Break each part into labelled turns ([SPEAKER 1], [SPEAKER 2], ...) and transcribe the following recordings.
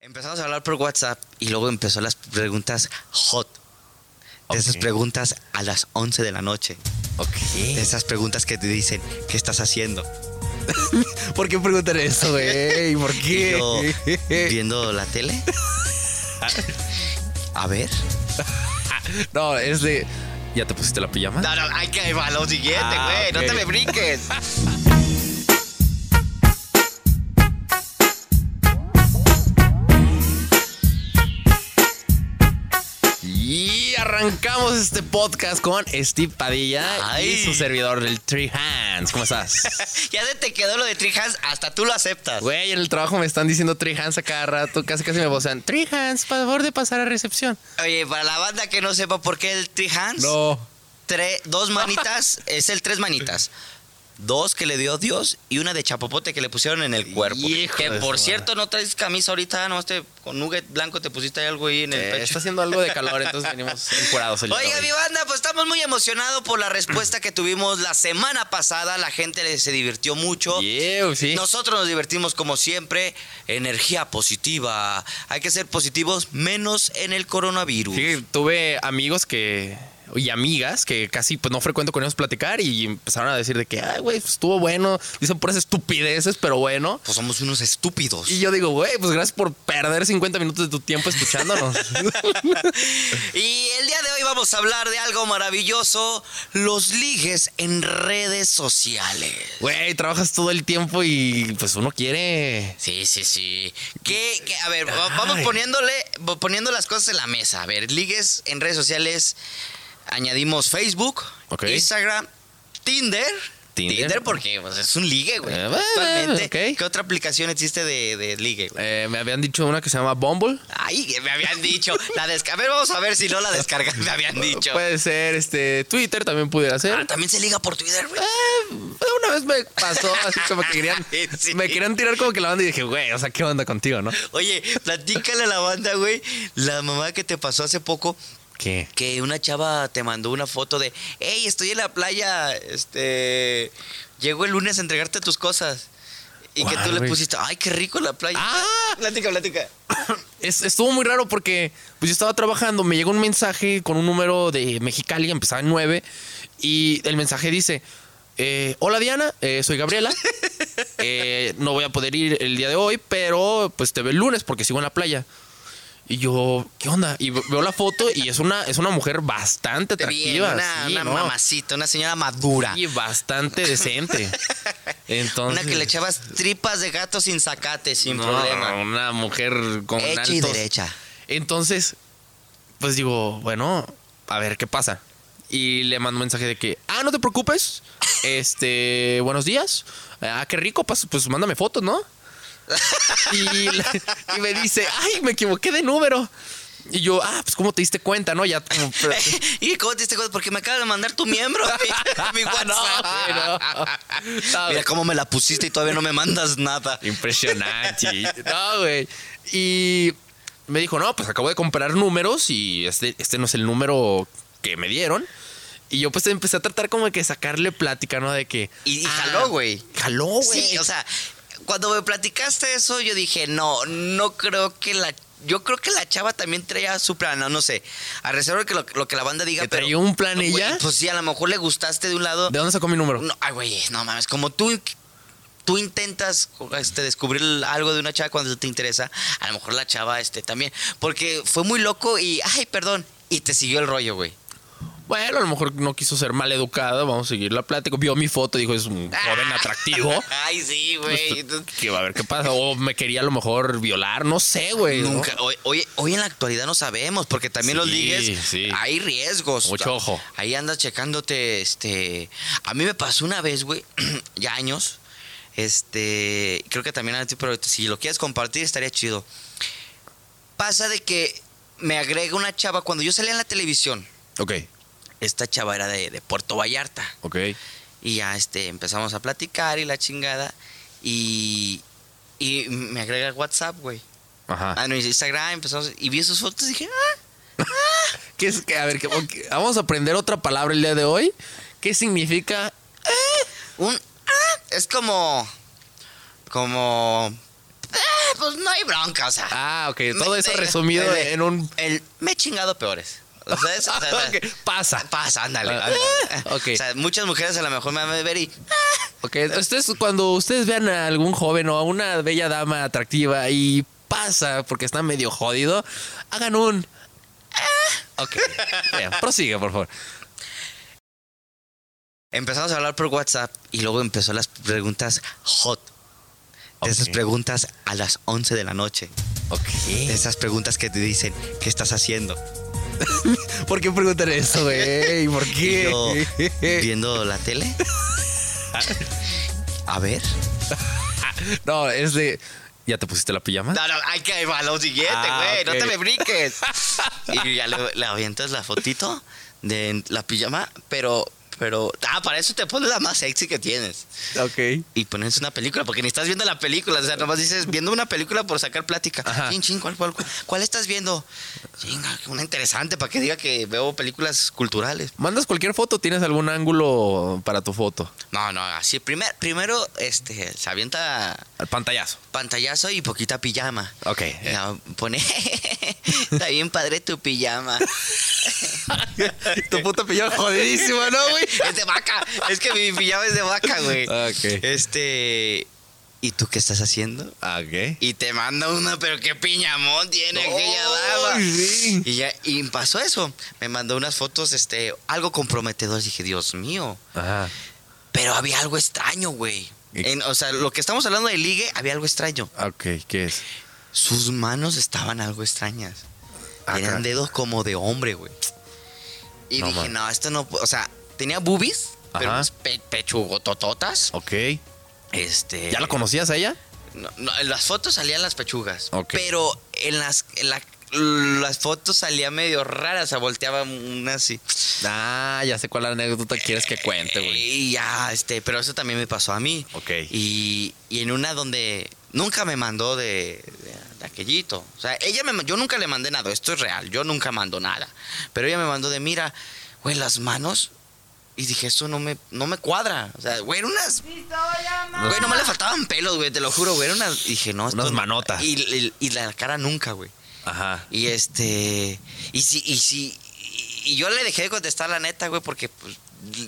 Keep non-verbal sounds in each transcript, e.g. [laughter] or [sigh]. [SPEAKER 1] Empezamos a hablar por WhatsApp y luego empezó las preguntas hot. De esas
[SPEAKER 2] Ok.
[SPEAKER 1] preguntas a las 11 de la noche.
[SPEAKER 2] Ok.
[SPEAKER 1] De esas preguntas que te dicen, ¿qué estás haciendo?
[SPEAKER 3] ¿Por qué preguntar eso,
[SPEAKER 2] [laughs]
[SPEAKER 3] güey? ¿Por
[SPEAKER 1] Y
[SPEAKER 3] qué?
[SPEAKER 1] yo, viendo la tele. A ver.
[SPEAKER 3] [laughs]
[SPEAKER 2] Ah.
[SPEAKER 3] No, es de.
[SPEAKER 2] ¿Ya te pusiste la pijama?
[SPEAKER 1] No, no, hay que ir a lo siguiente,
[SPEAKER 2] Ah,
[SPEAKER 1] güey. No
[SPEAKER 2] ok.
[SPEAKER 1] te me brinques.
[SPEAKER 2] Y arrancamos este podcast con Steve Padilla
[SPEAKER 1] Ay.
[SPEAKER 2] y su servidor del Tree Hands. ¿Cómo estás?
[SPEAKER 3] [laughs]
[SPEAKER 1] ya se te quedó lo de Trijas, hasta tú lo aceptas.
[SPEAKER 2] Güey, en el trabajo me están diciendo Tree Hands a cada rato. Casi casi me vocean. Tree Hands, por favor de pasar a recepción.
[SPEAKER 1] Oye, para la banda que no sepa por qué el Trijas,
[SPEAKER 2] No.
[SPEAKER 1] tre- dos
[SPEAKER 2] [laughs]
[SPEAKER 1] manitas, es el tres manitas. Dos que le dio Dios y una de chapopote que le pusieron en el cuerpo.
[SPEAKER 2] Hijo
[SPEAKER 1] que
[SPEAKER 2] de su
[SPEAKER 1] por
[SPEAKER 2] madre.
[SPEAKER 1] cierto no traes camisa ahorita, nomás te, con nugget blanco te pusiste ahí algo ahí en el pecho.
[SPEAKER 2] Eh, está haciendo algo de calor, entonces venimos encuadrados. el día de
[SPEAKER 1] Oiga,
[SPEAKER 2] hoy.
[SPEAKER 1] mi banda, pues estamos muy emocionados por la respuesta que tuvimos la semana pasada. La gente se divirtió mucho.
[SPEAKER 2] Yeah, sí.
[SPEAKER 1] Nosotros nos divertimos como siempre. Energía positiva. Hay que ser positivos menos en el coronavirus.
[SPEAKER 2] Sí, tuve amigos que y amigas que casi pues no frecuento con ellos platicar y empezaron a decir de que, ay, güey, pues, estuvo bueno. Dicen puras estupideces, pero bueno.
[SPEAKER 1] Pues somos unos estúpidos.
[SPEAKER 2] Y yo digo, güey, pues gracias por perder 50 minutos de tu
[SPEAKER 1] [laughs]
[SPEAKER 2] tiempo escuchándonos.
[SPEAKER 1] Y el día de hoy vamos a hablar de algo maravilloso. Los ligues en redes sociales.
[SPEAKER 2] Güey, trabajas todo el tiempo y pues uno quiere.
[SPEAKER 1] Sí, sí, sí. ¿Qué, qué? A ver, va-
[SPEAKER 2] Ay.
[SPEAKER 1] vamos poniéndole, va- poniendo las cosas en la mesa. A ver, ligues en redes sociales. Añadimos Facebook,
[SPEAKER 2] Ok.
[SPEAKER 1] Instagram, Tinder.
[SPEAKER 2] Tinder.
[SPEAKER 1] porque pues, es un ligue, güey.
[SPEAKER 2] Eh, bueno,
[SPEAKER 1] Actualmente,
[SPEAKER 2] ok.
[SPEAKER 1] ¿qué otra aplicación existe de, de ligue, güey?
[SPEAKER 2] Eh, me habían dicho una que se llama Bumble.
[SPEAKER 1] Ay, eh, me habían dicho. La desca- a ver, vamos a ver si no la descargan, me habían dicho.
[SPEAKER 2] Puede ser, este, Twitter también pudiera ser.
[SPEAKER 1] Ah, también se liga por Twitter, güey.
[SPEAKER 2] Eh, una vez me pasó así como que querían,
[SPEAKER 1] [laughs] Sí.
[SPEAKER 2] me querían tirar como que la banda y dije, güey, o sea, ¿qué onda contigo, no?
[SPEAKER 1] Oye, platícale a la banda, güey. La mamá que te pasó hace poco
[SPEAKER 2] ¿Qué?
[SPEAKER 1] [laughs] que una chava te mandó una foto de, hey, estoy en la playa, este, llego el lunes a entregarte tus cosas. Y que tú le
[SPEAKER 2] Guau.
[SPEAKER 1] pusiste, ay, qué rico la playa.
[SPEAKER 2] ¡Ah!
[SPEAKER 1] Plática, plática.
[SPEAKER 2] Es- estuvo muy raro porque pues yo estaba trabajando, me llegó un mensaje con un número de Mexicali, empezaba en 9, y el mensaje dice, eh, hola Diana, eh,
[SPEAKER 1] [laughs]
[SPEAKER 2] soy Gabriela, eh, no voy a poder ir el día de hoy, pero pues te veo el lunes porque sigo en la playa. Y yo, ¿qué onda? Y ve- veo la foto y es una, es una mujer bastante
[SPEAKER 1] Bien,
[SPEAKER 2] atractiva.
[SPEAKER 1] una,
[SPEAKER 2] sí,
[SPEAKER 1] una
[SPEAKER 2] ¿no?
[SPEAKER 1] mamacita, una señora madura.
[SPEAKER 2] Y
[SPEAKER 1] [laughs]
[SPEAKER 2] bastante decente. Entonces,
[SPEAKER 1] Una que le echabas tripas de gato sin sacate, sin
[SPEAKER 2] no,
[SPEAKER 1] problema.
[SPEAKER 2] Una mujer con
[SPEAKER 1] Hecha y
[SPEAKER 2] altos-
[SPEAKER 1] derecha. [laughs]
[SPEAKER 2] Entonces, pues digo, bueno, a ver qué pasa. Y le mando un mensaje de que, ah, no te preocupes. Este, [laughs] buenos días. Ah, qué rico, pues, pues mándame fotos, ¿no? Y, la- y me dice, ay, me equivoqué de número. Y yo, ah, pues cómo te diste cuenta, ¿no? Ya como-
[SPEAKER 1] ¿Y cómo te diste cuenta? Porque me acabas de mandar tu miembro a mi, a
[SPEAKER 2] [laughs]
[SPEAKER 1] mi
[SPEAKER 2] Ah,
[SPEAKER 1] WhatsApp.
[SPEAKER 2] no, [laughs] güey, no. No,
[SPEAKER 1] Mira cómo me la pusiste y todavía no me mandas nada.
[SPEAKER 2] Impresionante. No, güey. Y me dijo, no, pues acabo de comprar números y este, este no es el número que me dieron. Y yo pues empecé a tratar como de que sacarle plática, ¿no? De que... "Ah,
[SPEAKER 1] Y- y jaló, güey.
[SPEAKER 2] Jaló, Oh, güey.
[SPEAKER 1] Sí, o sea, cuando me platicaste eso, yo dije, no, no creo que la. Yo creo que la chava también traía su plan, no, no sé. A reserva de que lo, lo que la banda diga.
[SPEAKER 2] ¿Que
[SPEAKER 1] pero-
[SPEAKER 2] traía un plan
[SPEAKER 1] Güey,
[SPEAKER 2] ella?
[SPEAKER 1] Pues sí, a lo mejor le gustaste de un lado.
[SPEAKER 2] ¿De dónde sacó mi número?
[SPEAKER 1] No, ay, güey, no mames. Como tú, tú intentas este, descubrir algo de una chava cuando te interesa, a lo mejor la chava este, también. Porque fue muy loco y, ay, perdón. Y te siguió el rollo, güey.
[SPEAKER 2] Bueno, a lo mejor no quiso ser mal educada. Vamos a seguir la plática. Vio mi foto, dijo, es un
[SPEAKER 1] Ah.
[SPEAKER 2] joven atractivo.
[SPEAKER 1] [laughs]
[SPEAKER 2] Pues,
[SPEAKER 1] Ay, sí, güey.
[SPEAKER 2] Que va a ver qué pasa. O me quería a lo mejor violar, no sé, güey. ¿no?
[SPEAKER 1] Nunca. Hoy, hoy, hoy en la actualidad no sabemos, porque también los
[SPEAKER 2] Sí,
[SPEAKER 1] ligues
[SPEAKER 2] sí.
[SPEAKER 1] hay riesgos.
[SPEAKER 2] Mucho ojo.
[SPEAKER 1] Ahí andas checándote, este. A mí me pasó una vez, güey, [clears throat] ya años. Este, creo que también a ti, pero si lo quieres compartir estaría chido. Pasa de que me agrega una chava cuando yo salía en la televisión.
[SPEAKER 2] Ok,
[SPEAKER 1] Esta chava era de, de Puerto Vallarta.
[SPEAKER 2] ok.
[SPEAKER 1] Y ya este, empezamos a platicar y la chingada. Y, y me agrega el WhatsApp, güey.
[SPEAKER 2] Ajá.
[SPEAKER 1] Ah, no, y Instagram, empezamos. Y vi sus fotos y dije, ah,
[SPEAKER 2] ¿Qué es que, a ver, que- ok, vamos a aprender otra palabra el día de hoy. ¿Qué significa?
[SPEAKER 1] un ah. Es como. Como. ah, pues no hay bronca, o sea.
[SPEAKER 2] Ah, ok. Todo
[SPEAKER 1] Me-
[SPEAKER 2] eso
[SPEAKER 1] me-
[SPEAKER 2] resumido
[SPEAKER 1] me-
[SPEAKER 2] en un.
[SPEAKER 1] El me he chingado peores. O sea, es- o sea,
[SPEAKER 2] Ah, [laughs] ok, Pasa.
[SPEAKER 1] Pasa, ándale.
[SPEAKER 2] Ah,
[SPEAKER 1] ándale.
[SPEAKER 2] ok.
[SPEAKER 1] O sea, muchas mujeres a lo mejor me van a ver y.
[SPEAKER 2] Okay. Ustedes, cuando ustedes vean a algún joven o a una bella dama atractiva y pasa porque está medio jodido, hagan un. ah. Ok.
[SPEAKER 1] [laughs]
[SPEAKER 2] Bien, prosigue, por favor.
[SPEAKER 1] Empezamos a hablar por WhatsApp y luego empezó las preguntas hot. De esas
[SPEAKER 2] Ok.
[SPEAKER 1] preguntas a las 11 de la noche. De
[SPEAKER 2] Ok.
[SPEAKER 1] esas preguntas que te dicen, ¿qué estás haciendo?
[SPEAKER 3] ¿Por qué preguntar eso, güey?
[SPEAKER 1] [laughs]
[SPEAKER 3] ¿Por
[SPEAKER 1] Y
[SPEAKER 3] qué?
[SPEAKER 2] [laughs]
[SPEAKER 1] yo, viendo la tele.
[SPEAKER 2] Ah.
[SPEAKER 1] A ver.
[SPEAKER 2] No, es de. ¿Ya te pusiste la pijama?
[SPEAKER 1] No, no, hay que ir a lo siguiente, güey.
[SPEAKER 2] Ah,
[SPEAKER 1] No
[SPEAKER 2] ok.
[SPEAKER 1] te me
[SPEAKER 2] [laughs]
[SPEAKER 1] brinques. y ya le, le avientas la fotito de la pijama, pero, pero. Ah, para eso te pones la más sexy que tienes.
[SPEAKER 2] Ok.
[SPEAKER 1] Y pones una película, porque ni estás viendo la película. O sea, nomás dices, viendo una película por sacar plática.
[SPEAKER 2] Ajá.
[SPEAKER 1] Chin, chin, ¿cuál, cuál, cuál, cuál estás viendo? Chinga, una interesante para que diga que veo películas culturales.
[SPEAKER 2] ¿Mandas cualquier foto? ¿Tienes algún ángulo para tu foto?
[SPEAKER 1] No, no, así. Primer, primero, este, se avienta
[SPEAKER 2] Al pantallazo.
[SPEAKER 1] pantallazo y poquita pijama.
[SPEAKER 2] Ok.
[SPEAKER 1] Y la pone, [laughs] está bien padre tu pijama.
[SPEAKER 2] [laughs] tu puta pijama jodidísima, ¿no, güey?
[SPEAKER 1] Es de vaca. Es que mi pijama es de vaca, güey.
[SPEAKER 2] Ah, Ok.
[SPEAKER 1] Este. ¿Y tú qué estás haciendo?
[SPEAKER 2] Ah, Ok.
[SPEAKER 1] Y te manda una, pero qué piñamón tiene aquella dama.
[SPEAKER 2] Ay, sí.
[SPEAKER 1] Y ya, y pasó eso. Me mandó unas fotos, este, algo comprometedoras. Dije, Dios mío.
[SPEAKER 2] Ajá.
[SPEAKER 1] Pero había algo extraño, güey.
[SPEAKER 2] ¿Y-
[SPEAKER 1] En- o sea, lo que estamos hablando de ligue, había algo extraño.
[SPEAKER 2] Ok, ¿qué es?
[SPEAKER 1] Sus manos estaban algo extrañas.
[SPEAKER 2] Ah,
[SPEAKER 1] Eran
[SPEAKER 2] caray.
[SPEAKER 1] dedos como de hombre, güey. Y
[SPEAKER 2] No
[SPEAKER 1] dije,
[SPEAKER 2] mames.
[SPEAKER 1] no, esto no. pu- O sea, tenía boobies, pero
[SPEAKER 2] Ajá.
[SPEAKER 1] unas pe- pechugotototas.
[SPEAKER 2] Ok.
[SPEAKER 1] Este.
[SPEAKER 2] ¿Ya la conocías a ella?
[SPEAKER 1] No, no, en las fotos salían las pechugas.
[SPEAKER 2] Ok.
[SPEAKER 1] Pero en las. en la- las fotos salían medio raras, o sea, volteaba una así.
[SPEAKER 2] Ah, ya sé cuál anécdota quieres que cuente, güey.
[SPEAKER 1] Y ya, este, pero eso también me pasó a mí.
[SPEAKER 2] Ok.
[SPEAKER 1] Y, y en una donde nunca me mandó de, de- de aquellito. O sea, ella me, ma- yo nunca le mandé nada, esto es real, yo nunca mando nada. Pero ella me mandó de, mira, güey, las manos. Y dije, eso no me, no me cuadra. O sea, güey, eran unas... Güey, no me le faltaban pelos, güey, te lo juro, güey. eran unas... y dije, no, esto
[SPEAKER 2] Unas
[SPEAKER 1] no-
[SPEAKER 2] manotas.
[SPEAKER 1] Y, y- y la cara nunca, güey.
[SPEAKER 2] Ajá.
[SPEAKER 1] Y este. Y sí, y sí. Y yo le dejé de contestar la neta, güey, porque pues,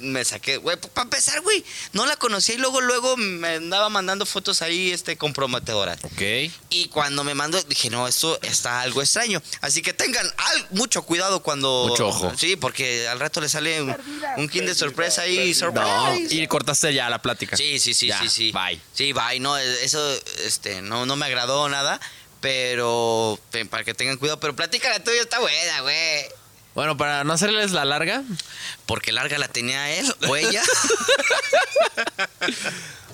[SPEAKER 1] me saqué. Güey, para empezar, güey, no la conocía y luego, luego me andaba mandando fotos ahí, este, comprometedoras.
[SPEAKER 2] Ok.
[SPEAKER 1] Y cuando me mandó, dije, no, esto está algo extraño. Así que tengan al- mucho cuidado cuando.
[SPEAKER 2] Mucho ojo.
[SPEAKER 1] Sí, porque al rato le sale un, un kinder sorpresa ahí,
[SPEAKER 2] No.
[SPEAKER 1] surprise.
[SPEAKER 2] Y cortaste ya la plática.
[SPEAKER 1] Sí, sí, sí,
[SPEAKER 2] Ya,
[SPEAKER 1] sí, sí.
[SPEAKER 2] bye.
[SPEAKER 1] Sí, bye. No, e-, eso este, no, no me agradó nada. Pero pe- para que tengan cuidado, pero platícala la tuya, está buena, güey.
[SPEAKER 2] Bueno, para no hacerles la larga,
[SPEAKER 1] Porque larga la tenía [laughs] él o ella.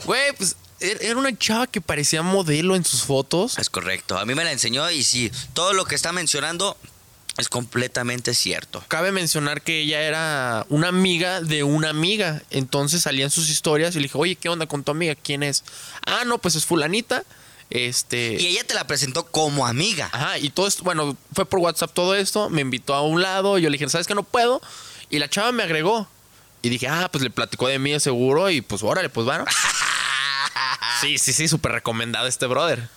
[SPEAKER 2] güey, pues er- era una chava que parecía modelo en sus fotos.
[SPEAKER 1] es correcto. A mí me la enseñó y sí, todo lo que está mencionando es completamente cierto.
[SPEAKER 2] Cabe mencionar que ella era una amiga de una amiga. Entonces salían sus historias y le dije, oye, ¿qué onda con tu amiga? ¿Quién es? Ah, no, pues es fulanita. Este.
[SPEAKER 1] Y ella te la presentó como amiga.
[SPEAKER 2] Ajá, y todo esto, bueno, fue por WhatsApp todo esto, me invitó a un lado, yo le dije, ¿sabes que no puedo? Y la chava me agregó. Y dije, ah, pues le platicó de mí de seguro y pues órale, pues bueno. sí, sí, sí, súper recomendado este brother.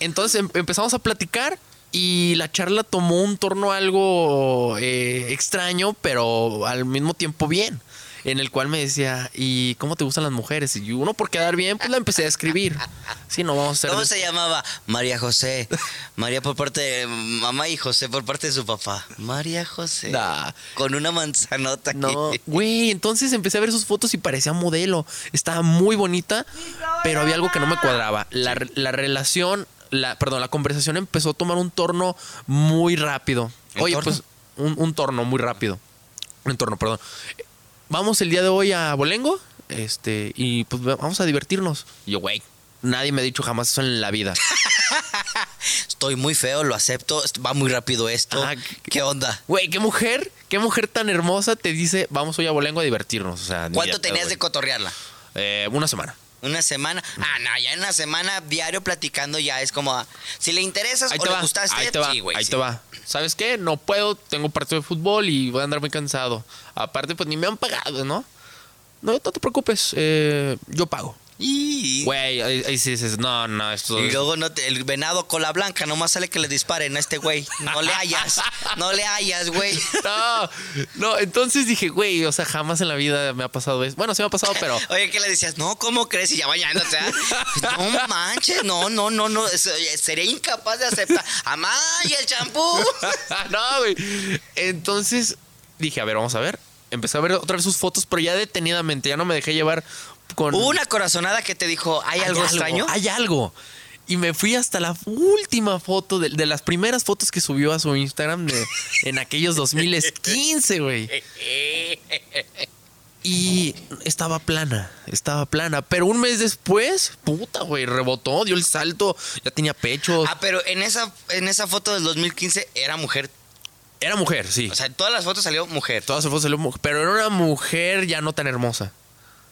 [SPEAKER 2] Entonces em- empezamos a platicar y la charla tomó un torno algo eh, extraño, pero al mismo tiempo bien. En el cual me decía, ¿y cómo te gustan las mujeres? Y uno por quedar bien, pues la empecé a escribir. Sí, no vamos a hacer...
[SPEAKER 1] ¿Cómo se llamaba? María [laughs] José. María por parte de mamá y José por parte de su papá. María José.
[SPEAKER 2] Nah.
[SPEAKER 1] Con una manzanota aquí. [laughs]
[SPEAKER 2] No, güey, entonces empecé a ver sus fotos y parecía modelo. Estaba muy bonita, pero había algo que no me cuadraba. La, la relación, la, perdón, la conversación empezó a tomar un torno muy rápido.
[SPEAKER 1] ¿Un
[SPEAKER 2] Oye,
[SPEAKER 1] torno?
[SPEAKER 2] pues un, un torno muy rápido. Un torno, perdón. Vamos el día de hoy a Bolengo, este, y pues va- vamos a divertirnos. Y yo, güey, nadie me ha dicho jamás eso en
[SPEAKER 1] [laughs]
[SPEAKER 2] la vida.
[SPEAKER 1] Estoy muy feo, lo acepto. Va muy rápido esto.
[SPEAKER 2] Ah,
[SPEAKER 1] ¿Qué onda?
[SPEAKER 2] Güey, qué mujer, qué mujer tan hermosa te dice, vamos hoy a Bolengo a divertirnos. O sea, ni
[SPEAKER 1] ¿Cuánto
[SPEAKER 2] de pedo,
[SPEAKER 1] tenías de
[SPEAKER 2] güey.
[SPEAKER 1] cotorrearla?
[SPEAKER 2] Eh, una semana.
[SPEAKER 1] ¿Una semana?
[SPEAKER 2] Mm.
[SPEAKER 1] Ah, no, ya en una semana diario platicando ya es como... ah, Si le interesas
[SPEAKER 2] Ahí
[SPEAKER 1] o
[SPEAKER 2] te
[SPEAKER 1] le
[SPEAKER 2] va.
[SPEAKER 1] gustaste...
[SPEAKER 2] ahí te va.
[SPEAKER 1] sí, güey,
[SPEAKER 2] ahí
[SPEAKER 1] sí.
[SPEAKER 2] te va. ¿Sabes qué? No puedo, tengo partido de fútbol y voy a andar muy cansado. Aparte, pues ni me han pagado, ¿no? No, no te preocupes, eh, yo pago.
[SPEAKER 1] Y,
[SPEAKER 2] Güey, pues, ahí, ahí sí dices, no, no, esto
[SPEAKER 1] y
[SPEAKER 2] es...
[SPEAKER 1] luego no te- el venado cola blanca, nomás sale que le disparen a este güey. No le hayas, no le hayas, güey.
[SPEAKER 2] [laughs] No, no, entonces dije, güey, o sea, jamás en la vida me ha pasado eso. Bueno, sí me ha pasado, pero [laughs]
[SPEAKER 1] Oye, ¿qué le decías? No, ¿cómo crees? Y ya bañándote. ¿ah? No manches, no, no, no, no. es- oye, Seré incapaz de aceptar. ¡Amá, y el champú!
[SPEAKER 2] no, güey. Entonces dije, a ver, vamos a ver. Empecé a ver otra vez sus fotos, pero ya detenidamente, ya no me dejé llevar con.
[SPEAKER 1] Hubo una corazonada que te dijo, ¿hay algo extraño?
[SPEAKER 2] Hay algo. Y me fui hasta la última foto de, de las primeras fotos que subió a su Instagram de, en aquellos 2015, güey.
[SPEAKER 1] Eh,
[SPEAKER 2] Y estaba plana, estaba plana. Pero un mes después, puta, güey, rebotó, dio el salto, ya tenía pecho.
[SPEAKER 1] Ah, pero en esa, en esa foto del 2015 era mujer.
[SPEAKER 2] Era mujer, sí.
[SPEAKER 1] O sea, en todas las fotos salió mujer.
[SPEAKER 2] Todas las fotos salió mujer, pero era una mujer ya no tan hermosa.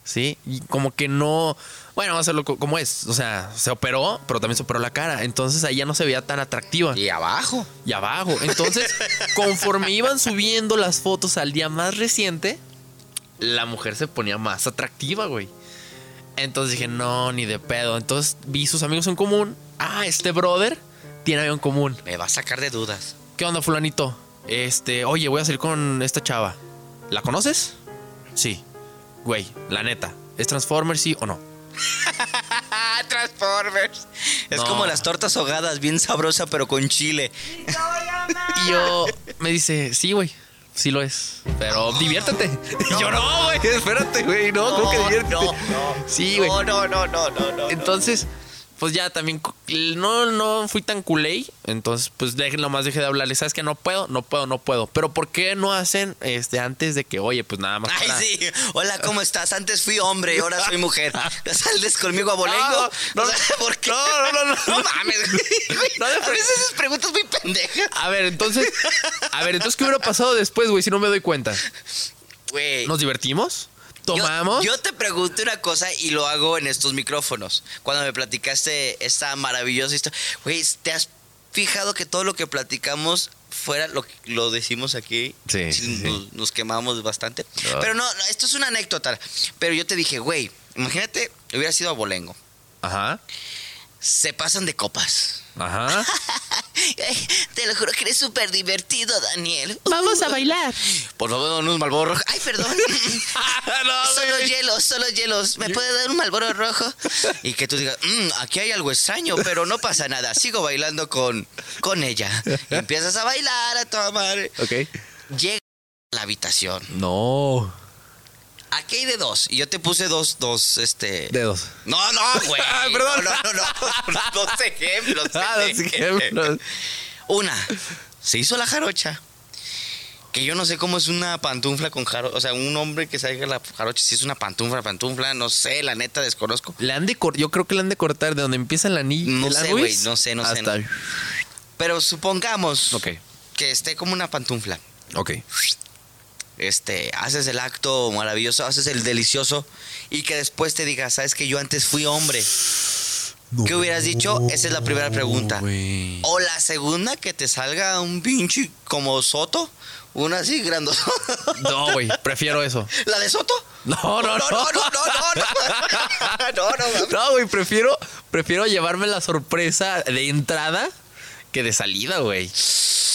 [SPEAKER 2] ¿Sí? Y como que no. Bueno, vamos a hacerlo co- como es. O sea, se operó, pero también se operó la cara. Entonces ahí ya no se veía tan atractiva.
[SPEAKER 1] Y abajo.
[SPEAKER 2] Y abajo. [laughs] Entonces, conforme iban subiendo las fotos al día más reciente, la mujer se ponía más atractiva, güey. Entonces dije, no, ni de pedo. Entonces vi sus amigos en común. Ah, este brother tiene algo en común.
[SPEAKER 1] Me va a sacar de dudas.
[SPEAKER 2] ¿Qué onda, fulanito? Este, oye, voy a salir con esta chava. ¿La conoces? Sí. Güey, la neta. ¿Es Transformer, sí o no?
[SPEAKER 1] Ah, Transformers. Es
[SPEAKER 2] No.
[SPEAKER 1] como las tortas ahogadas, bien sabrosa, pero con chile.
[SPEAKER 2] Y yo me dice, sí, güey. Sí lo es. Pero diviértete. [laughs] Y yo no, güey. Espérate, güey. No, ¿cómo que diviértete?
[SPEAKER 1] no, no.
[SPEAKER 2] Sí, güey.
[SPEAKER 1] No, no, no, no, no, no.
[SPEAKER 2] Entonces, pues ya también cu- no, no fui tan culé. Entonces, pues deje- nomás dejé de hablarle. ¿Sabes que No puedo, no puedo, no puedo. Pero ¿por qué no hacen este antes de que, oye, pues nada más?
[SPEAKER 1] Ay,
[SPEAKER 2] para-
[SPEAKER 1] sí. Hola, ¿cómo estás? Antes fui hombre y ahora soy mujer. ¿Sales conmigo a bolengo?
[SPEAKER 2] No, no,
[SPEAKER 1] O sea, ¿Por qué?
[SPEAKER 2] no, no, no, no.
[SPEAKER 1] mames, güey.
[SPEAKER 2] No, no,
[SPEAKER 1] a veces esas preguntas muy pendejas.
[SPEAKER 2] A ver, entonces, a ver, entonces, ¿qué hubiera pasado después, güey? Si no me doy cuenta.
[SPEAKER 1] Güey.
[SPEAKER 2] ¿Nos divertimos?
[SPEAKER 1] yo-
[SPEAKER 2] ¿Tomamos?
[SPEAKER 1] Yo, te pregunto una cosa y lo hago en estos micrófonos. Cuando me platicaste esta maravillosa historia. Güey, ¿te has fijado que todo lo que platicamos fuera lo, que- lo decimos aquí?
[SPEAKER 2] Sí, sí, sí.
[SPEAKER 1] Nos, nos quemamos bastante.
[SPEAKER 2] No.
[SPEAKER 1] Pero no, no, esto es una anécdota. Pero yo te dije, güey, imagínate, hubiera sido a bolengo.
[SPEAKER 2] Ajá,
[SPEAKER 1] Se pasan de copas.
[SPEAKER 2] [laughs] ajá.
[SPEAKER 1] Ay, [laughs] te lo juro que eres súper divertido, Daniel.
[SPEAKER 2] Vamos a bailar.
[SPEAKER 1] Por favor, don un malboro Ay, [laughs] perdón.
[SPEAKER 2] Ah, no,
[SPEAKER 1] solo
[SPEAKER 2] güey.
[SPEAKER 1] hielos, solo hielos. ¿Me puede dar un malboro rojo?
[SPEAKER 2] [laughs]
[SPEAKER 1] Y que tú digas, "Mm, aquí hay algo extraño, pero no pasa nada. Sigo bailando con, con ella. Y empiezas a bailar a toda madre.
[SPEAKER 2] Ok.
[SPEAKER 1] Llega a la habitación.
[SPEAKER 2] No.
[SPEAKER 1] Aquí hay de dos. Y yo te puse dos, dos, este.
[SPEAKER 2] Dedos.
[SPEAKER 1] No, no,
[SPEAKER 2] [laughs]
[SPEAKER 1] güey.
[SPEAKER 2] Ah, perdón.
[SPEAKER 1] No, no, no, no. [laughs] Dos ejemplos.
[SPEAKER 2] Ah, los [laughs] ejemplos.
[SPEAKER 1] Una, se hizo la jarocha. Que yo no sé cómo es una pantufla con jarocha. O sea, un hombre que salga la jarocha, si es una pantufla, pantufla, no sé, la neta desconozco.
[SPEAKER 2] Le han de cor- yo creo que le han de cortar de donde empieza el anillo.
[SPEAKER 1] No
[SPEAKER 2] el
[SPEAKER 1] sé,
[SPEAKER 2] anuis
[SPEAKER 1] güey, no sé, no sé,
[SPEAKER 2] hasta-
[SPEAKER 1] Pero supongamos
[SPEAKER 2] Ok.
[SPEAKER 1] que esté como una pantufla.
[SPEAKER 2] Ok.
[SPEAKER 1] Este, haces el acto maravilloso, haces el delicioso y que después te digas, sabes que yo antes fui hombre. ¿Qué hubieras dicho? Esa es la primera pregunta.
[SPEAKER 2] Oh, güey.
[SPEAKER 1] O la segunda, que te salga un pinche como Soto, una así grandota.
[SPEAKER 2] No, güey, prefiero eso.
[SPEAKER 1] [laughs] ¿La de Soto?
[SPEAKER 2] No, no, no.
[SPEAKER 1] [laughs] no, no, no, no, [laughs] no. No, no, mami.
[SPEAKER 2] No, güey, prefiero, prefiero llevarme la sorpresa de entrada que de salida, güey.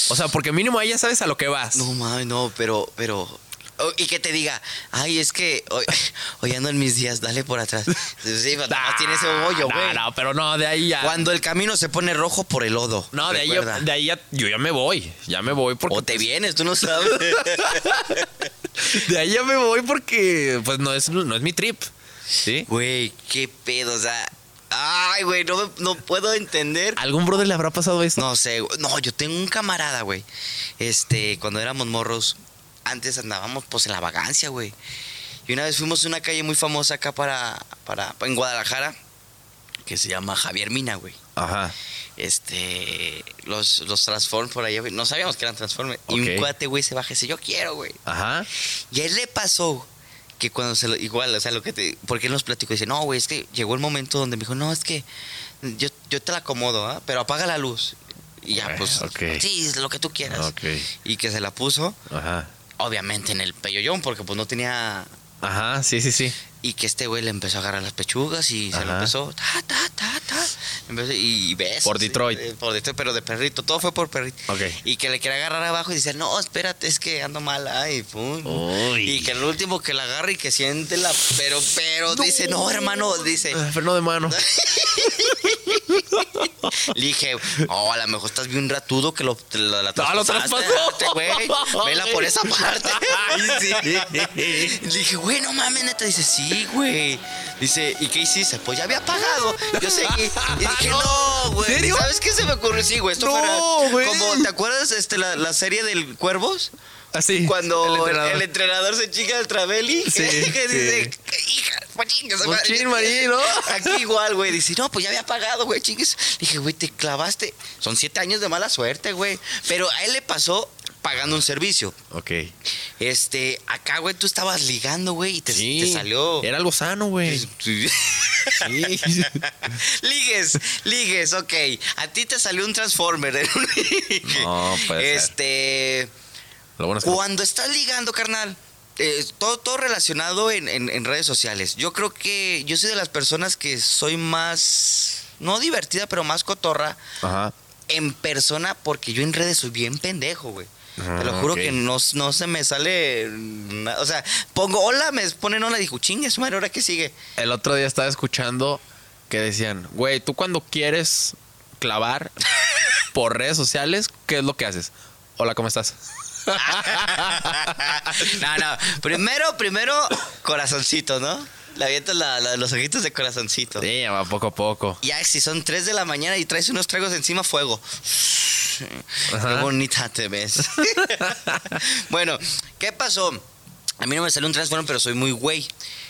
[SPEAKER 2] O sea, porque mínimo ahí ya sabes a lo que vas.
[SPEAKER 1] No, mami, no, pero, pero. o- Y que te diga, ay, es que hoy, [laughs] hoy ando en mis días, dale por atrás. Sí, pero nada más tiene ese hoyo,
[SPEAKER 2] Ah, no,
[SPEAKER 1] güey.
[SPEAKER 2] No, pero no, de ahí ya.
[SPEAKER 1] Cuando el camino se pone rojo por el lodo.
[SPEAKER 2] Ah. No, de ahí, yo,
[SPEAKER 1] recuerda.
[SPEAKER 2] de ahí ya, yo ya me voy. Ya me voy porque.
[SPEAKER 1] O te vienes, tú no sabes.
[SPEAKER 2] [laughs] De ahí ya me voy porque, pues no es, no es mi trip. ¿Sí?
[SPEAKER 1] Güey, qué pedo, o sea. Ay, güey, no, me- no puedo entender.
[SPEAKER 2] ¿Algún brother le habrá pasado esto?
[SPEAKER 1] No sé, güey. no, yo tengo un camarada, güey. Este, cuando éramos morros, antes andábamos pues en la vagancia, güey. Y una vez fuimos a una calle muy famosa acá para, para, en Guadalajara, que se llama Javier Mina, güey.
[SPEAKER 2] Ajá.
[SPEAKER 1] Este, los, los Transform por allá, güey. No sabíamos que eran Transformers. Y
[SPEAKER 2] Ok.
[SPEAKER 1] un cuate, güey, se baja y dice, yo quiero, güey.
[SPEAKER 2] Ajá.
[SPEAKER 1] Y a él le pasó que cuando se lo. Igual, o sea, lo que te. Porque él nos platicó y dice, no, güey, es que llegó el momento donde me dijo, no, es que yo, yo te la acomodo, ¿ah? pero apaga la luz. Y ya,
[SPEAKER 2] Bueno,
[SPEAKER 1] pues.
[SPEAKER 2] Ah, ok.
[SPEAKER 1] Sí, lo que tú quieras.
[SPEAKER 2] Ok.
[SPEAKER 1] Y que se la puso,
[SPEAKER 2] Ajá.
[SPEAKER 1] obviamente en el peyoyón, porque pues no tenía.
[SPEAKER 2] Ajá, sí, sí, sí.
[SPEAKER 1] Y, Y que este güey le empezó a agarrar las pechugas y se lo
[SPEAKER 2] Ajá.
[SPEAKER 1] empezó. Ta, ta, ta, ta. Empezó- y ves.
[SPEAKER 2] Por
[SPEAKER 1] sí,
[SPEAKER 2] Detroit.
[SPEAKER 1] eh, por Detroit, pero de perrito. Todo fue por perrito.
[SPEAKER 2] Ok.
[SPEAKER 1] Y que le quería agarrar abajo y dice, no, espérate, es que ando mal. Ay, pum.
[SPEAKER 2] Uy.
[SPEAKER 1] Y que el último que la agarra y que siente la. Pero, pero, dice, no, hermano, dice.
[SPEAKER 2] Ah, freno
[SPEAKER 1] [laughs]
[SPEAKER 2] de mano.
[SPEAKER 1] Le dije, oh, a lo mejor estás bien ratudo que lo, te la, la
[SPEAKER 2] No, lo
[SPEAKER 1] traspasaste,
[SPEAKER 2] traspasó.
[SPEAKER 1] güey. Vela por esa
[SPEAKER 2] [laughs]
[SPEAKER 1] parte. Sí. Le dije, güey, no mames, neta. Dice, sí, güey. Dice, ¿y qué hiciste? Pues ya había pagado. Yo seguí.
[SPEAKER 2] [laughs]
[SPEAKER 1] Y dije, no, güey.
[SPEAKER 2] ¿Serio?
[SPEAKER 1] ¿Sabes qué se me ocurrió? Sí, güey. Esto
[SPEAKER 2] No,
[SPEAKER 1] fuera-
[SPEAKER 2] güey.
[SPEAKER 1] Como, ¿te acuerdas este, la, la serie del Cuervos?
[SPEAKER 2] Así.
[SPEAKER 1] Cuando el entrenador,
[SPEAKER 2] entrenador.
[SPEAKER 1] se chica al Travelli, que, [laughs]
[SPEAKER 2] Sí,
[SPEAKER 1] que
[SPEAKER 2] sí.
[SPEAKER 1] dice, hija, pues chingas,
[SPEAKER 2] Un chin, Marín,
[SPEAKER 1] [laughs]
[SPEAKER 2] ¿no? [laughs]
[SPEAKER 1] Aquí igual, güey, dice, no, pues ya había pagado, güey, chingues. Dije, güey, te clavaste. Son siete años de mala suerte, güey. Pero a él le pasó pagando un servicio.
[SPEAKER 2] Ok.
[SPEAKER 1] Este, acá, güey, tú estabas ligando, güey, y te,
[SPEAKER 2] Sí.
[SPEAKER 1] te salió.
[SPEAKER 2] Era algo sano, güey. Sí.
[SPEAKER 1] [laughs]
[SPEAKER 2] [laughs]
[SPEAKER 1] ligues, ligues, ok. A ti te salió un Transformer. [laughs] en un ligue.
[SPEAKER 2] No, puede ser.
[SPEAKER 1] Este.
[SPEAKER 2] Lo bueno es que.
[SPEAKER 1] Cuando estás ligando, carnal, eh, todo, todo relacionado en, en- en redes sociales. Yo creo que yo soy de las personas que soy más, no divertida, pero más cotorra
[SPEAKER 2] Ajá.
[SPEAKER 1] en persona porque yo en redes soy bien pendejo, güey. Te lo
[SPEAKER 2] Ah,
[SPEAKER 1] juro
[SPEAKER 2] ok.
[SPEAKER 1] que no, no se me sale. na- O sea, pongo hola, me ponen hola, digo, chingues, madre, ahora que
[SPEAKER 2] [laughs]
[SPEAKER 1] sigue.
[SPEAKER 2] El otro día estaba escuchando que decían, güey, tú cuando quieres
[SPEAKER 1] [laughs]
[SPEAKER 2] clavar por redes sociales, ¿qué es lo que haces? Hola, ¿cómo estás?
[SPEAKER 1] no, no. Primero, primero, corazoncito, ¿no? Le avientas la- la- los ojitos de corazoncito.
[SPEAKER 2] Sí, va poco a poco.
[SPEAKER 1] Ya, si son 3 de la mañana y traes unos tragos encima, fuego. Qué bonita te ves. bueno, ¿qué pasó? A mí no me salió un transform, pero soy muy güey.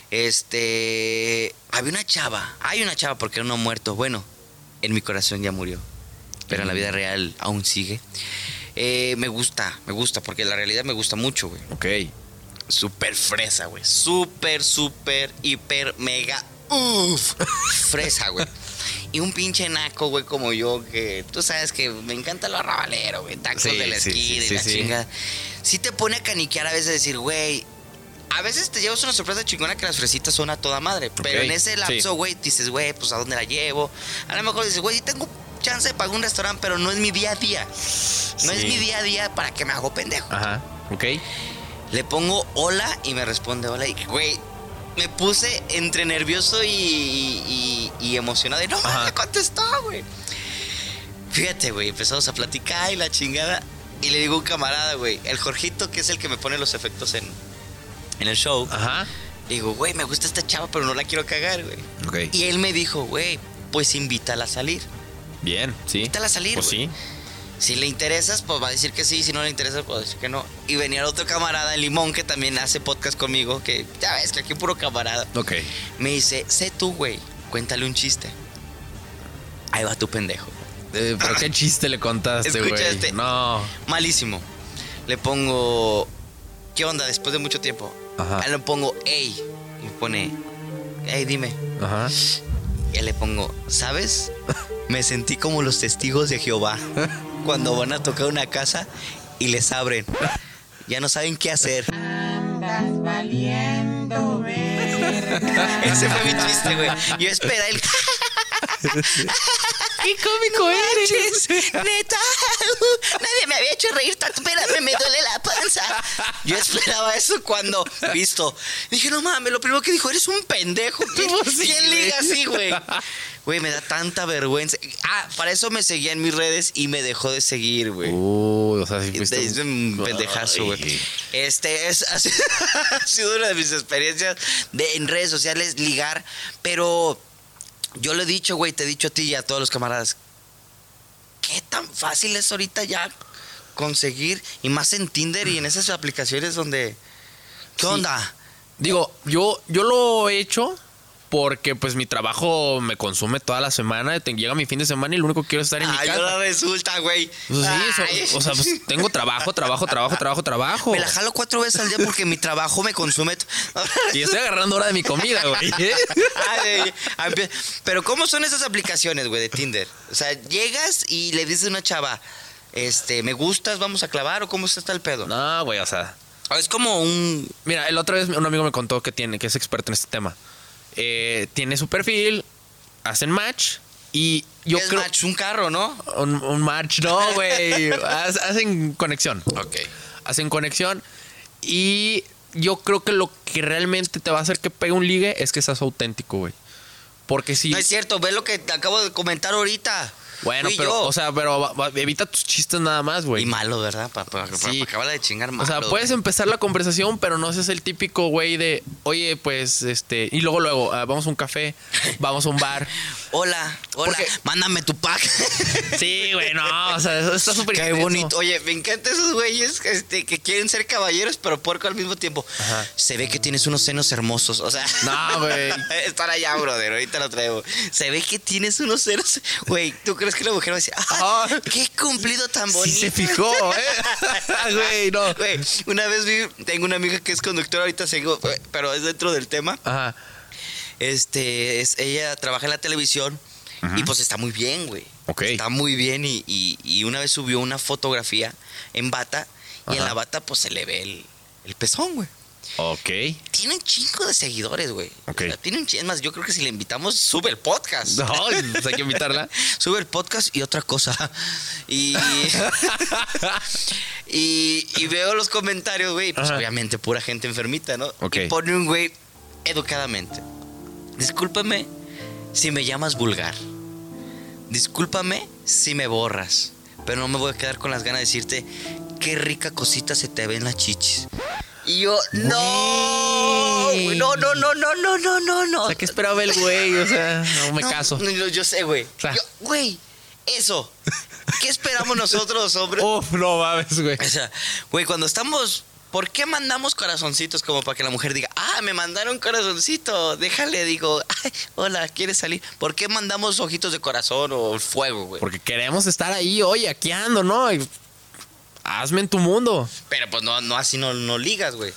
[SPEAKER 1] Este. Había una chava. Hay una chava porque no ha muerto. Bueno, en mi corazón ya murió. Pero en la vida real aún sigue. Eh, me gusta, me gusta, porque la realidad me gusta mucho, güey.
[SPEAKER 2] Ok.
[SPEAKER 1] Súper fresa, güey. Súper, súper, hiper, mega, uff. Fresa, güey. Y un pinche naco, güey, como yo, que tú sabes que me encanta lo arrabalero, güey. Tacos
[SPEAKER 2] Sí,
[SPEAKER 1] de la
[SPEAKER 2] sí,
[SPEAKER 1] esquina
[SPEAKER 2] sí,
[SPEAKER 1] y
[SPEAKER 2] sí,
[SPEAKER 1] la
[SPEAKER 2] sí.
[SPEAKER 1] chingada. Sí te pone a caniquear a veces, decir, güey. A veces te llevas una sorpresa chingona que las fresitas son a toda madre. Pero
[SPEAKER 2] Ok,
[SPEAKER 1] en ese
[SPEAKER 2] sí.
[SPEAKER 1] lapso, güey, dices, güey, pues a dónde la llevo. A lo mejor dices, güey, sí tengo chance de pagar un restaurante, pero no es mi día a día. No es
[SPEAKER 2] Sí.
[SPEAKER 1] mi día a día para que me hago pendejo.
[SPEAKER 2] Ajá. Ok.
[SPEAKER 1] Le pongo hola y me responde hola. Y güey, me puse entre nervioso y, y- y emocionado. Y no,
[SPEAKER 2] Ajá.
[SPEAKER 1] me contestó, güey. Fíjate, güey, empezamos a platicar y la chingada. Y le digo a un camarada, güey, el Jorgito, que es el que me pone los efectos en, en el show.
[SPEAKER 2] Ajá.
[SPEAKER 1] Le digo, güey, me gusta esta chava, pero no la quiero cagar, güey.
[SPEAKER 2] Ok.
[SPEAKER 1] Y él me dijo, güey, pues invítala a salir.
[SPEAKER 2] Bien, sí.
[SPEAKER 1] Invítala a salir,
[SPEAKER 2] Pues
[SPEAKER 1] güey.
[SPEAKER 2] sí.
[SPEAKER 1] Si le interesas, pues va a decir que sí. Si no le interesas, pues va a decir que no. Y venía el otro camarada, el Limón, que también hace podcast conmigo, que ya ves que aquí puro camarada.
[SPEAKER 2] Ok.
[SPEAKER 1] Me dice, sé tú, güey, cuéntale un chiste. Ahí va tu pendejo.
[SPEAKER 2] Eh, pero qué chiste le contaste, güey.
[SPEAKER 1] Escucha este.
[SPEAKER 2] No.
[SPEAKER 1] Malísimo. Le pongo, ¿qué onda? Después de mucho tiempo.
[SPEAKER 2] Ajá.
[SPEAKER 1] Ahí le pongo, hey. Y me pone, hey, dime.
[SPEAKER 2] Ajá.
[SPEAKER 1] Y ahí le pongo, ¿sabes? Me sentí como los testigos de Jehová [laughs] cuando van a tocar una casa y les abren. Ya no saben qué hacer.
[SPEAKER 4] Andas valiendo verga.
[SPEAKER 1] Ese fue mi chiste, güey. Yo esperé el. [laughs] ¡Qué cómico eres! ¡Neta! Nadie me había hecho reír tanto. Espérame, me duele la panza. Yo esperaba eso cuando. Listo. Dije, no mames, lo primero que dijo, eres un pendejo. ¿Quién,
[SPEAKER 2] Pues sí,
[SPEAKER 1] quién
[SPEAKER 2] güey.
[SPEAKER 1] liga así, güey? [laughs] Güey, me da tanta vergüenza. Ah, para eso me seguía en mis redes y me dejó de seguir, güey. Este
[SPEAKER 2] Uy, o sea, si fuiste
[SPEAKER 1] Es un pendejazo, güey.
[SPEAKER 2] Ay.
[SPEAKER 1] Este es, [laughs] ha, sido, ha sido una de mis experiencias de, en redes sociales ligar, pero yo lo he dicho, güey, te he dicho a ti y a todos los camaradas, qué tan fácil es ahorita ya conseguir, y más en Tinder y en esas aplicaciones donde... ¿Qué
[SPEAKER 2] Sí.
[SPEAKER 1] onda?
[SPEAKER 2] Digo, yo, yo lo he hecho porque pues mi trabajo me consume toda la semana, te- llega mi fin de semana y lo único que quiero es estar en mi
[SPEAKER 1] Ay,
[SPEAKER 2] casa.
[SPEAKER 1] ahora resulta, güey.
[SPEAKER 2] Pues sí, so-
[SPEAKER 1] Ay.
[SPEAKER 2] o sea, pues tengo trabajo, trabajo, trabajo, trabajo, trabajo.
[SPEAKER 1] Me la jalo cuatro veces al día porque mi trabajo me consume... t- [laughs]
[SPEAKER 2] Y estoy agarrando hora de mi comida, güey. [laughs]
[SPEAKER 1] Ay, ay, ay, Pero ¿cómo son esas aplicaciones, güey, de Tinder? O sea, llegas y le dices a una chava, este, me gustas, vamos a clavar o cómo está el pedo. Ah,
[SPEAKER 2] No, güey, o sea,
[SPEAKER 1] Es como un.
[SPEAKER 2] Mira, el otra vez un amigo me contó que tiene, que es experto en este tema. Eh, tiene su perfil, hacen match y yo
[SPEAKER 1] ¿qué es
[SPEAKER 2] creo
[SPEAKER 1] match? un carro, ¿no?
[SPEAKER 2] un, un match, no, güey, Haz- hacen conexión,
[SPEAKER 1] Ok.
[SPEAKER 2] hacen conexión y yo creo que lo que realmente te va a hacer que pegue un ligue es que seas auténtico, güey. Porque si
[SPEAKER 1] No es cierto, ve lo que te acabo de comentar ahorita.
[SPEAKER 2] bueno,
[SPEAKER 1] Fui
[SPEAKER 2] pero
[SPEAKER 1] yo.
[SPEAKER 2] o sea, pero va- va- evita tus chistes nada más, güey.
[SPEAKER 1] Y malo, ¿verdad? Para pa, pa-
[SPEAKER 2] Sí.
[SPEAKER 1] pa- acabarla de chingar malo.
[SPEAKER 2] O sea, pues, puedes
[SPEAKER 1] güey.
[SPEAKER 2] empezar la conversación, pero no seas el típico güey de, oye, pues, este, y luego, luego, ah, vamos a
[SPEAKER 1] [laughs]
[SPEAKER 2] un café, vamos a un bar.
[SPEAKER 1] Hola, hola,
[SPEAKER 2] Porque-
[SPEAKER 1] mándame tu pack. [laughs]
[SPEAKER 2] Sí, güey, no, o sea, eso está súper
[SPEAKER 1] Qué
[SPEAKER 2] intenso.
[SPEAKER 1] bonito. Oye, me encantan esos güeyes este, que quieren ser caballeros, pero puerco al mismo tiempo. Se ve que tienes unos senos hermosos. O sea, [laughs]
[SPEAKER 2] No, güey.
[SPEAKER 1] Estar allá, brother. Ahorita lo traigo. Se ve que tienes unos senos. Güey, ¿tú crees que la mujer va a decir, ah,
[SPEAKER 2] Ah.
[SPEAKER 1] qué cumplido tan
[SPEAKER 2] Sí
[SPEAKER 1] bonito?
[SPEAKER 2] se fijó,
[SPEAKER 1] [laughs]
[SPEAKER 2] ¿eh? [laughs] Güey, no.
[SPEAKER 1] Güey, una vez vi, tengo una amiga que es conductora, ahorita sigo, pero es dentro del tema.
[SPEAKER 2] Ajá.
[SPEAKER 1] Este, es, ella trabaja en la televisión y pues está muy bien, güey.
[SPEAKER 2] Ok.
[SPEAKER 1] Está muy bien y, y- y una vez subió una fotografía en bata y en
[SPEAKER 2] Ajá.
[SPEAKER 1] la bata pues se le ve el, el pezón, güey.
[SPEAKER 2] Ok.
[SPEAKER 1] Tiene un chingo de seguidores, güey.
[SPEAKER 2] Ok.
[SPEAKER 1] O sea, tiene un chingo. Es más, yo creo que si le invitamos, sube el podcast.
[SPEAKER 2] [laughs] No, pues hay que invitarla.
[SPEAKER 1] Sube el podcast y otra cosa. [laughs] Y, y, y veo los comentarios, güey. y Pues
[SPEAKER 2] Ajá.
[SPEAKER 1] obviamente pura gente enfermita, ¿no?
[SPEAKER 2] Ok.
[SPEAKER 1] Y pone un güey educadamente. Discúlpame si me llamas vulgar. Discúlpame si me borras. Pero no me voy a quedar con las ganas de decirte qué rica cosita se te ven las chichis. Y yo, no,
[SPEAKER 2] Güey.
[SPEAKER 1] no, no, no, no, no, no, no, no.
[SPEAKER 2] O sea, ¿qué esperaba el güey? O sea, no me
[SPEAKER 1] No,
[SPEAKER 2] caso.
[SPEAKER 1] no, yo, yo sé, güey.
[SPEAKER 2] sea.
[SPEAKER 1] Yo- Güey, eso. ¿Qué esperamos nosotros los
[SPEAKER 2] [laughs]
[SPEAKER 1] hombres?
[SPEAKER 2] Uf, no mames, güey.
[SPEAKER 1] O sea, güey, cuando estamos. ¿Por qué mandamos corazoncitos como para que la mujer diga, ah, me mandaron corazoncito, déjale, digo, ay, hola, ¿quieres salir? ¿Por qué mandamos ojitos de corazón o fuego, güey?
[SPEAKER 2] Porque queremos estar ahí, oye, aquí ando, ¿no? Y hazme en tu mundo.
[SPEAKER 1] Pero pues no, no así no, no ligas, güey.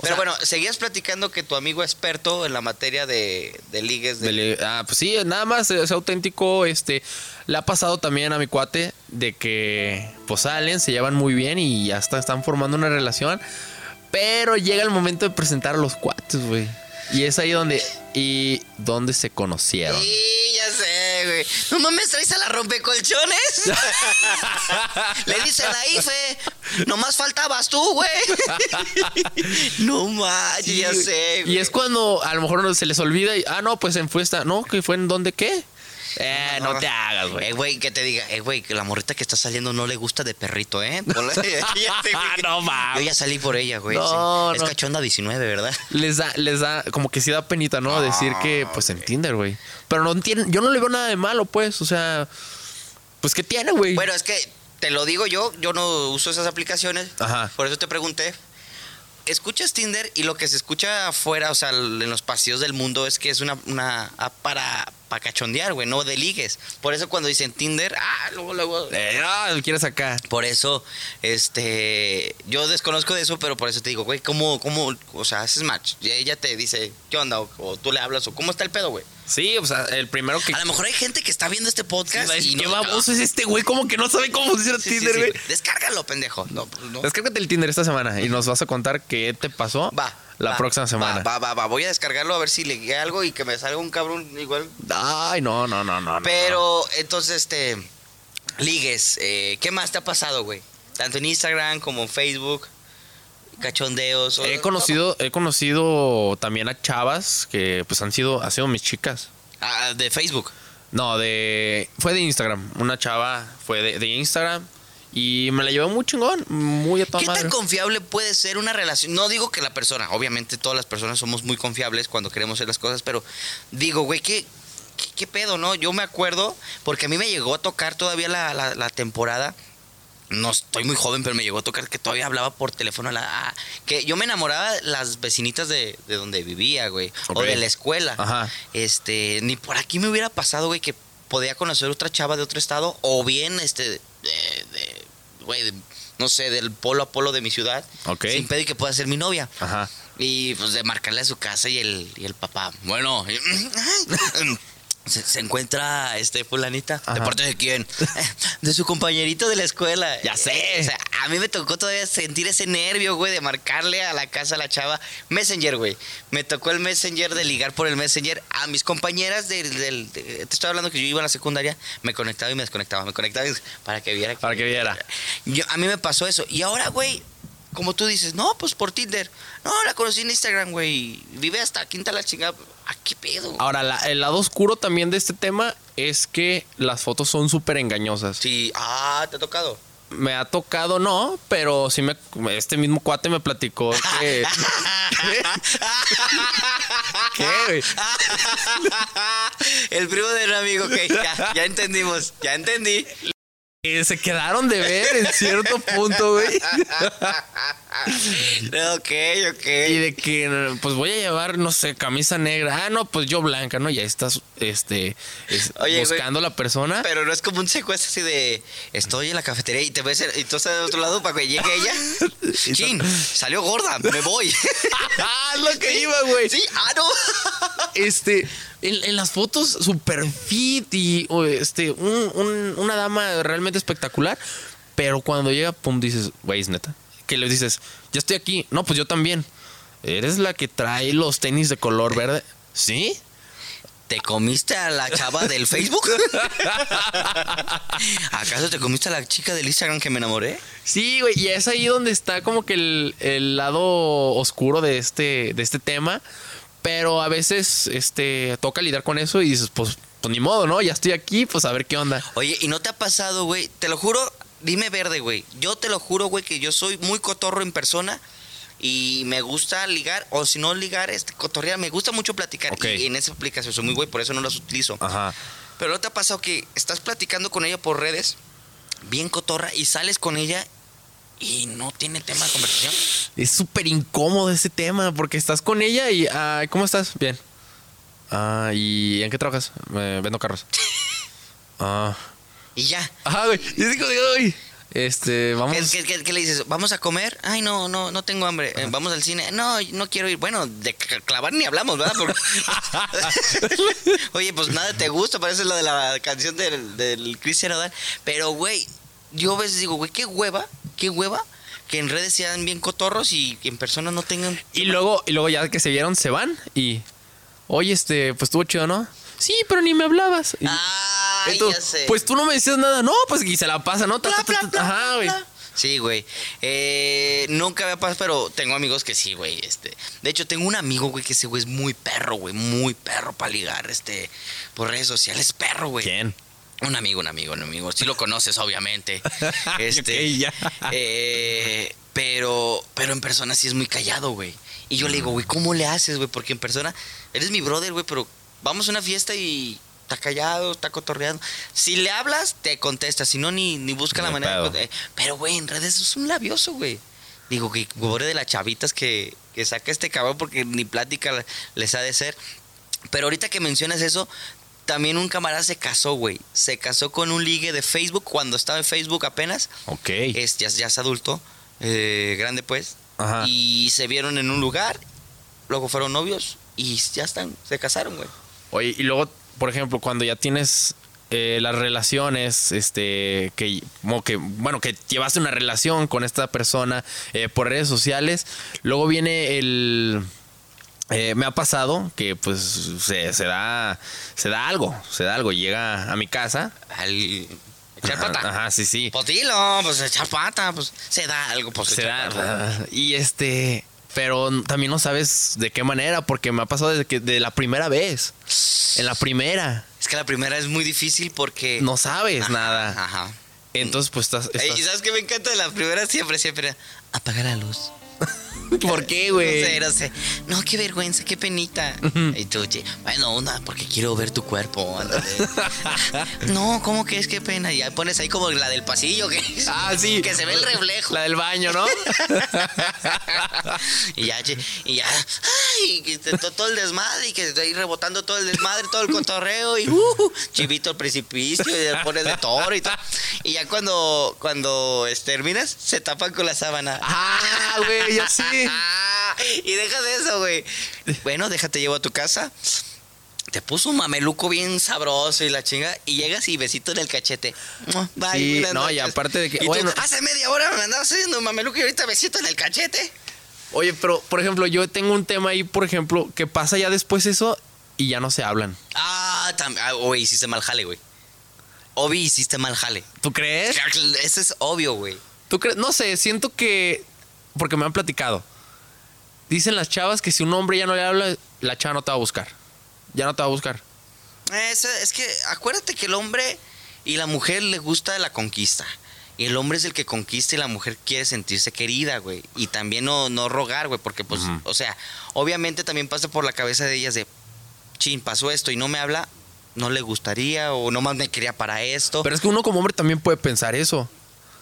[SPEAKER 1] Pero
[SPEAKER 2] sea-
[SPEAKER 1] bueno, seguías platicando que tu amigo experto en la materia de, de ligues. De...
[SPEAKER 2] Dele- ah, pues sí, nada más es auténtico. Este, le ha pasado también a mi cuate de que pues salen, se llevan muy bien y ya está- están formando una relación. Pero llega el momento de presentar a los cuates, güey. Y es ahí donde y dónde se conocieron.
[SPEAKER 1] Sí, ya sé, güey. No mames, traes a la
[SPEAKER 2] [laughs]
[SPEAKER 1] rompecolchones. Le dicen la IFE. Nomás faltabas tú, güey. [laughs] no manches, ya
[SPEAKER 2] Sí,
[SPEAKER 1] sé, güey.
[SPEAKER 2] Y es cuando a lo mejor no se les olvida y ah no, pues en fue esta, no, que fue en dónde qué? Eh, no, te hagas, güey.
[SPEAKER 1] Eh, güey, que te diga, eh, güey, que la morrita que está saliendo no le gusta de perrito,
[SPEAKER 2] [laughs]
[SPEAKER 1] ¿eh? Ponle- [laughs] [laughs] Ya sé, güey.
[SPEAKER 2] Ah, No mames.
[SPEAKER 1] Yo ya salí por ella, güey.
[SPEAKER 2] No,
[SPEAKER 1] sí.
[SPEAKER 2] no.
[SPEAKER 1] Es cachonda 19, ¿verdad?
[SPEAKER 2] les da, les da, como que sí da penita, ¿no? Decir que,
[SPEAKER 1] Ah,
[SPEAKER 2] pues en Tinder, güey. Pero no entienden, yo no le veo nada de malo, pues, o sea, pues ¿qué tiene, güey.
[SPEAKER 1] Bueno, es que te lo digo yo, yo no uso esas aplicaciones.
[SPEAKER 2] Ajá.
[SPEAKER 1] Por eso te pregunté. Escuchas Tinder y lo que se escucha afuera, o sea, l- en los pasillos del mundo es que es una, una app para, para cachondear, güey, no de ligues. Por eso cuando dicen Tinder, ah, luego, luego.
[SPEAKER 2] Eh, ah, lo quieres acá.
[SPEAKER 1] Por eso, este, yo desconozco de eso, pero por eso te digo, güey, ¿cómo, cómo, o sea, haces match? Y ella te dice, ¿qué onda? O, o tú le hablas, o ¿cómo está el pedo, güey?
[SPEAKER 2] Sí, o sea, el primero que.
[SPEAKER 1] A lo mejor hay gente que está viendo este
[SPEAKER 2] Sí,
[SPEAKER 1] podcast
[SPEAKER 2] va a decir,
[SPEAKER 1] y
[SPEAKER 2] ¿Qué
[SPEAKER 1] Ah, no...
[SPEAKER 2] baboso es este, güey? Como que no sabe cómo funciona
[SPEAKER 1] Sí, sí,
[SPEAKER 2] Tinder,
[SPEAKER 1] sí,
[SPEAKER 2] güey.
[SPEAKER 1] güey. Descárgalo, pendejo. No, pues, no.
[SPEAKER 2] Descárgate el Tinder esta semana y nos vas a contar qué te pasó
[SPEAKER 1] Va.
[SPEAKER 2] la
[SPEAKER 1] va,
[SPEAKER 2] próxima semana.
[SPEAKER 1] Va, va, va, va. Voy a descargarlo a ver si le guía algo y que me salga un cabrón igual.
[SPEAKER 2] Ay, no, no, no, no. no.
[SPEAKER 1] Pero, entonces, este. Ligues, eh, ¿qué más te ha pasado, güey? Tanto en Instagram como en Facebook. Cachondeos. o-
[SPEAKER 2] He conocido, he conocido también a chavas que pues han sido, han sido mis chicas.
[SPEAKER 1] Ah, de Facebook.
[SPEAKER 2] No, de. Fue de Instagram. Una chava fue de, de Instagram. Y me la llevó muy chingón. Muy a toda
[SPEAKER 1] ¿Qué
[SPEAKER 2] madre.
[SPEAKER 1] tan confiable puede ser una relación? No digo que la persona, obviamente todas las personas somos muy confiables cuando queremos hacer las cosas, pero digo, güey, ¿qué, qué, qué pedo, no? Yo me acuerdo, porque a mí me llegó a tocar todavía la, la- la temporada. No estoy muy joven, pero me llegó a tocar que todavía hablaba por teléfono. a La, ah, que yo me enamoraba de las vecinitas de, de donde vivía, güey. O
[SPEAKER 2] Ok.
[SPEAKER 1] de la escuela.
[SPEAKER 2] Ajá.
[SPEAKER 1] Este, ni por aquí me hubiera pasado, güey, que podía conocer otra chava de otro estado. O bien, este, de- de- güey, de- no sé, del polo a polo de mi ciudad.
[SPEAKER 2] Ok.
[SPEAKER 1] Sin pedo y que pueda ser mi novia.
[SPEAKER 2] Ajá.
[SPEAKER 1] Y pues de marcarle a su casa y el, y el papá. Bueno, [clears throat] se, se encuentra este fulanita. ¿De
[SPEAKER 2] Ajá.
[SPEAKER 1] parte de quién? [laughs] De su compañerito de la escuela. Eh,
[SPEAKER 2] Ya sé.
[SPEAKER 1] O sea, a mí me tocó todavía sentir ese nervio, güey, de marcarle a la casa a la chava. Messenger, güey. Me tocó el Messenger de ligar por el Messenger a mis compañeras del... del- de- te estoy hablando que yo iba a la secundaria, me conectaba y me desconectaba, me conectaba y- para que viera.
[SPEAKER 2] Para que viera.
[SPEAKER 1] Yo- a mí me pasó eso. Y ahora, güey, como tú dices, no, pues por Tinder. No, la conocí en Instagram, güey. Vive hasta quinta la chingada. ¿A qué pedo?
[SPEAKER 2] Ahora, la- el lado oscuro también de este tema es que las fotos son súper engañosas.
[SPEAKER 1] Sí, ah, te ha tocado.
[SPEAKER 2] Me ha tocado, no, pero sí me. Este mismo cuate me platicó
[SPEAKER 1] [laughs]
[SPEAKER 2] que. [laughs] ¿Qué, güey?
[SPEAKER 1] Ah, El primo de un amigo, ok, ya, ya entendimos, ya entendí.
[SPEAKER 2] Eh, se quedaron de ver en cierto
[SPEAKER 1] [laughs]
[SPEAKER 2] punto, güey.
[SPEAKER 1] Ok, ok.
[SPEAKER 2] Y de que, pues voy a llevar, no sé, camisa negra. Ah, no, pues yo blanca, ¿no? Ya estás, este, es-
[SPEAKER 1] Oye, güey,
[SPEAKER 2] buscando a la persona.
[SPEAKER 1] Pero no es como un secuestro así de estoy en la cafetería y te ves y tú estás del otro lado para que llegue
[SPEAKER 2] [laughs]
[SPEAKER 1] ella. Chin, salió gorda, me voy.
[SPEAKER 2] [laughs] ah, es lo que iba, güey.
[SPEAKER 1] Sí, ah, no.
[SPEAKER 2] Este, en, en las fotos, super fit y o, este, un- un- una dama realmente espectacular. Pero cuando llega, pum, dices, güey, es neta. Que le dices, ya estoy aquí. No, pues yo también. Eres la que trae los tenis de color verde. ¿Sí?
[SPEAKER 1] ¿Te comiste a la chava del Facebook? ¿Acaso te comiste a la chica del Instagram que me enamoré?
[SPEAKER 2] Sí, güey, y es ahí donde está como que el, el lado oscuro de este, de este tema. Pero a veces este, toca lidiar con eso y dices, pues, pues ni modo, ¿no? Ya estoy aquí, pues a ver qué onda.
[SPEAKER 1] Oye, ¿y no te ha pasado, güey? Te lo juro, dime verde, güey. Yo te lo juro, güey, que yo soy muy cotorro en persona y me gusta ligar, o si no ligar, este, cotorrear. Me gusta mucho platicar
[SPEAKER 2] Ok. Ah.
[SPEAKER 1] y en esa aplicación soy muy güey, por eso no las utilizo.
[SPEAKER 2] Ajá.
[SPEAKER 1] Pero ¿no te ha pasado que estás platicando con ella por redes, bien cotorra, y sales con ella y no tiene tema de conversación?
[SPEAKER 2] Es súper incómodo ese tema porque estás con ella y, ah, ¿cómo estás? Bien. Ah, ¿y en qué trabajas? Eh, vendo carros. Ah.
[SPEAKER 1] Y ya.
[SPEAKER 2] Ajá, güey. Y es como de, "Ay". Este, vamos.
[SPEAKER 1] ¿Qué, qué- qué- qué le dices? ¿Vamos a comer? Ay, no, no, no tengo hambre. Eh, ¿Vamos al cine? No, no quiero ir. Bueno, de c- clavar ni hablamos, ¿verdad?
[SPEAKER 2] [laughs]
[SPEAKER 1] Porque- [laughs] Oye, pues nada te gusta, parece la de la canción del, del Cristian Odal. Pero, güey, yo a veces digo, güey, qué hueva, qué hueva que en redes sean bien cotorros y que en persona no tengan...
[SPEAKER 2] Y luego, y luego ya que se vieron, se van y. Oye, este, pues estuvo chido, ¿no? Sí, pero ni me hablabas. Y-
[SPEAKER 1] Ay,
[SPEAKER 2] Entonces,
[SPEAKER 1] ya sé.
[SPEAKER 2] Pues tú no me decías nada, no, pues y se la pasa, ¿no? Ta,
[SPEAKER 1] Bla,
[SPEAKER 2] ta, ta,
[SPEAKER 1] bla,
[SPEAKER 2] ta.
[SPEAKER 1] bla,
[SPEAKER 2] Ajá,
[SPEAKER 1] bla,
[SPEAKER 2] güey.
[SPEAKER 1] bla. Sí, güey. Eh, nunca me pasa, pero tengo amigos que sí, güey. Este. De hecho, tengo un amigo, güey, que ese güey es muy perro, güey. Muy perro para ligar, este. Por redes sociales, perro, güey.
[SPEAKER 2] [laughs] ¿Quién?
[SPEAKER 1] Un amigo, un amigo, un amigo. Sí lo conoces, obviamente.
[SPEAKER 2] [laughs] Ok, [laughs] ya.
[SPEAKER 1] Este, eh, pero, pero en persona sí es muy callado, güey. Y yo le digo, güey, ¿cómo le haces, güey? Porque en persona eres mi brother, güey, pero vamos a una fiesta y está callado, está cotorreando. Si le hablas, te contesta. Si no, ni, ni busca la
[SPEAKER 2] Ni
[SPEAKER 1] manera.
[SPEAKER 2] pedo.
[SPEAKER 1] de cont- eh, Pero, güey, en redes es un labioso, güey. Digo, que pobre de las chavitas que, que saca este cabrón porque ni plática les ha de ser. Pero ahorita que mencionas eso, también un camarada se casó, güey. Se casó con un ligue de Facebook cuando estaba en Facebook apenas.
[SPEAKER 2] Ok.
[SPEAKER 1] Es, ya, ya es adulto, eh, grande pues.
[SPEAKER 2] Ajá.
[SPEAKER 1] Y se vieron en un lugar, luego fueron novios y ya están, se casaron, güey.
[SPEAKER 2] Oye, y luego, por ejemplo, cuando ya tienes eh, las relaciones, este, que, como que, bueno, que llevaste una relación con esta persona eh, por redes sociales, luego viene el... eh, me ha pasado que pues se, se da se da algo, se da algo, llega a mi casa.
[SPEAKER 1] Al echar
[SPEAKER 2] Ajá,
[SPEAKER 1] pata.
[SPEAKER 2] Ajá, sí, sí.
[SPEAKER 1] Pues dilo, pues echar pata, pues se da algo, pues
[SPEAKER 2] se
[SPEAKER 1] echar
[SPEAKER 2] da,
[SPEAKER 1] pata.
[SPEAKER 2] y este, pero también no sabes de qué manera, porque me ha pasado desde que de la primera vez, en la primera,
[SPEAKER 1] Es que la primera es muy difícil porque...
[SPEAKER 2] no sabes
[SPEAKER 1] Ajá,
[SPEAKER 2] nada.
[SPEAKER 1] Ajá.
[SPEAKER 2] Entonces, pues estás.
[SPEAKER 1] Eh, ¿Y
[SPEAKER 2] estás-
[SPEAKER 1] sabes qué me encanta de la primera? Siempre, siempre. Apaga la luz.
[SPEAKER 2] ¿Por qué,
[SPEAKER 1] No
[SPEAKER 2] güey?
[SPEAKER 1] sé, no sé. No, qué vergüenza, qué penita. Y tú, che, bueno, una, porque quiero ver tu cuerpo.
[SPEAKER 2] [laughs]
[SPEAKER 1] ándale. no, ¿cómo que es? Qué pena. Y ahí pones ahí como la del pasillo, que, [laughs]
[SPEAKER 2] Ah, sí.
[SPEAKER 1] que se ve el reflejo.
[SPEAKER 2] La del
[SPEAKER 1] [laughs]
[SPEAKER 2] baño, ¿no?
[SPEAKER 1] y ya, che, y ya, ay, que te- to- todo el desmadre, y que te ahí rebotando todo el desmadre, todo el cotorreo, y uh, chivito al precipicio, y le pones de toro y todo. Y ya cuando, cuando este, terminas, se tapan con la sábana.
[SPEAKER 2] ah, güey, ya sí.
[SPEAKER 1] Ah, y deja de eso, güey. Bueno, déjate llevo a tu casa. Te te puso un mameluco bien sabroso y la chinga, y llegas y besito en el cachete. Mua, Bye,
[SPEAKER 2] Sí,
[SPEAKER 1] buenas
[SPEAKER 2] no, y
[SPEAKER 1] noches.
[SPEAKER 2] aparte de que,
[SPEAKER 1] Y tú,
[SPEAKER 2] bueno.
[SPEAKER 1] hace media hora me andabas haciendo un mameluco y ahorita besito en el cachete.
[SPEAKER 2] Oye, pero por ejemplo, yo tengo un tema ahí, por ejemplo, que pasa ya después eso y ya no se hablan.
[SPEAKER 1] Ah, también. Oye, hiciste mal jale, güey. Obi, hiciste mal jale.
[SPEAKER 2] ¿Tú crees?
[SPEAKER 1] Ese es obvio, güey.
[SPEAKER 2] ¿Tú crees? No sé, siento que. Porque me han platicado. Dicen las chavas que si un hombre ya no le habla, la chava no te va a buscar. Ya no te va a buscar.
[SPEAKER 1] Eso, es que acuérdate que el hombre y la mujer le gusta la conquista. Y el hombre es el que conquista y la mujer quiere sentirse querida, güey. Y también no, no rogar, güey, porque pues, o sea, obviamente también pasa por la cabeza de ellas de, chin, pasó esto y no me habla, no le gustaría o no más me quería para esto.
[SPEAKER 2] Pero es que uno como hombre también puede pensar eso.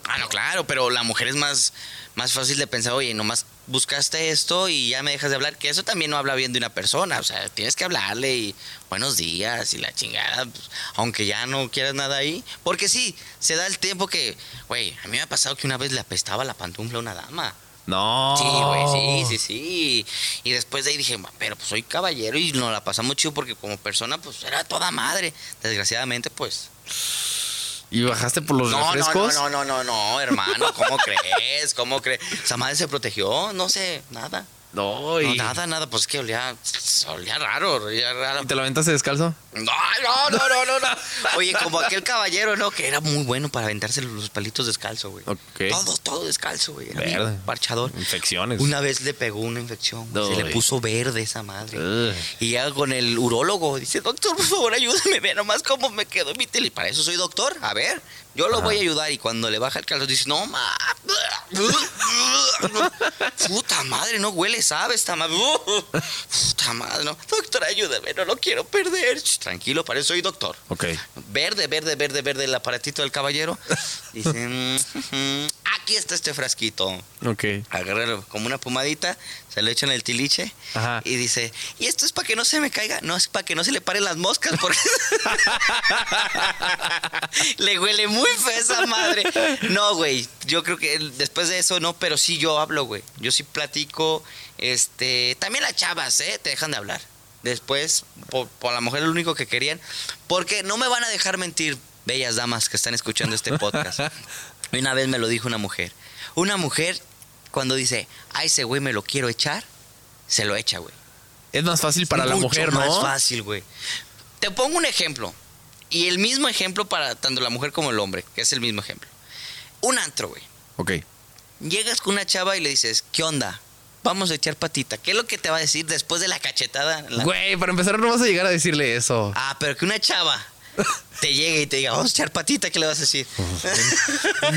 [SPEAKER 1] Ah, no, claro, pero la mujer es más, más fácil de pensar, oye, nomás buscaste esto y ya me dejas de hablar, que eso también no habla bien de una persona, o sea, tienes que hablarle y buenos días y la chingada, pues, aunque ya no quieras nada ahí, porque sí, se da el tiempo que, güey, a mí me ha pasado que una vez le apestaba la pantufla a una dama.
[SPEAKER 2] No.
[SPEAKER 1] Sí, güey,
[SPEAKER 2] Oh.
[SPEAKER 1] sí, sí, sí. Y después de ahí dije, "Ma, pero pues soy caballero y nos la pasamos chido porque como persona, pues era toda madre. Desgraciadamente, pues
[SPEAKER 2] ¿Y bajaste por los
[SPEAKER 1] no, no,
[SPEAKER 2] refrescos?
[SPEAKER 1] No, no, no, no, no, hermano, ¿cómo crees? ¿Cómo crees? Esa madre se protegió, no sé, nada.
[SPEAKER 2] No,
[SPEAKER 1] No,
[SPEAKER 2] y,
[SPEAKER 1] nada, nada, pues es que olía, olía raro, olía raro.
[SPEAKER 2] ¿y te la aventaste descalzo.
[SPEAKER 1] No, no, no, no, no, no. Oye, como aquel caballero, ¿no? Que era muy bueno para aventarse los palitos descalzo, güey.
[SPEAKER 2] Ok.
[SPEAKER 1] Todo, todo descalzo, güey. Era bien
[SPEAKER 2] Verde.
[SPEAKER 1] Parchador.
[SPEAKER 2] Infecciones.
[SPEAKER 1] Una vez le pegó una infección, güey, se
[SPEAKER 2] Uy.
[SPEAKER 1] le puso verde esa madre.
[SPEAKER 2] Ugh.
[SPEAKER 1] Y ya con el urólogo, dice, doctor, por favor, ayúdame, vea nomás cómo me quedó mi tele. Para eso soy doctor, a ver, yo lo voy a ayudar. Y cuando le baja el calor, dice, no, ma. [laughs] Puta madre, no huele, sabe esta madre. [laughs] Puta madre, no. Doctor, ayúdame, no lo quiero perder. Ch, Tranquilo, para eso soy doctor.
[SPEAKER 2] Ok.
[SPEAKER 1] Verde, verde, verde, verde, el aparatito del caballero. Dice, "Mm, mm, aquí está este frasquito
[SPEAKER 2] Ok.
[SPEAKER 1] agarra lo- como una pomadita, se lo echa en el tiliche
[SPEAKER 2] Ajá.
[SPEAKER 1] y dice, ¿y esto es para que no se me caiga? No, es para que no se le paren las moscas porque [laughs] le huele muy feo esa madre. No, güey, yo creo que el- después de eso no, pero sí yo hablo, güey. Yo sí platico, este, también las chavas, ¿eh? Te dejan de hablar. Después, por, por la mujer lo único que querían, porque no me van a dejar mentir, bellas damas que están escuchando este
[SPEAKER 2] [laughs]
[SPEAKER 1] podcast. Y Una vez me lo dijo una mujer. Una mujer, cuando dice, a ese güey me lo quiero echar, se lo echa, güey.
[SPEAKER 2] Es más fácil para la
[SPEAKER 1] Mucho
[SPEAKER 2] mujer, ¿no?
[SPEAKER 1] más fácil, güey. Te pongo un ejemplo. Y el mismo ejemplo para tanto la mujer como el hombre, que es el mismo ejemplo. Un antro, güey.
[SPEAKER 2] Ok.
[SPEAKER 1] Llegas con una chava y le dices, ¿qué onda? Vamos a echar patita. ¿Qué es lo que te va a decir después de la cachetada? La-
[SPEAKER 2] Güey, para empezar no vas a llegar a decirle
[SPEAKER 1] [laughs]
[SPEAKER 2] eso.
[SPEAKER 1] Ah, pero que una chava te llegue y te diga, vamos a echar patita, ¿qué le vas a decir?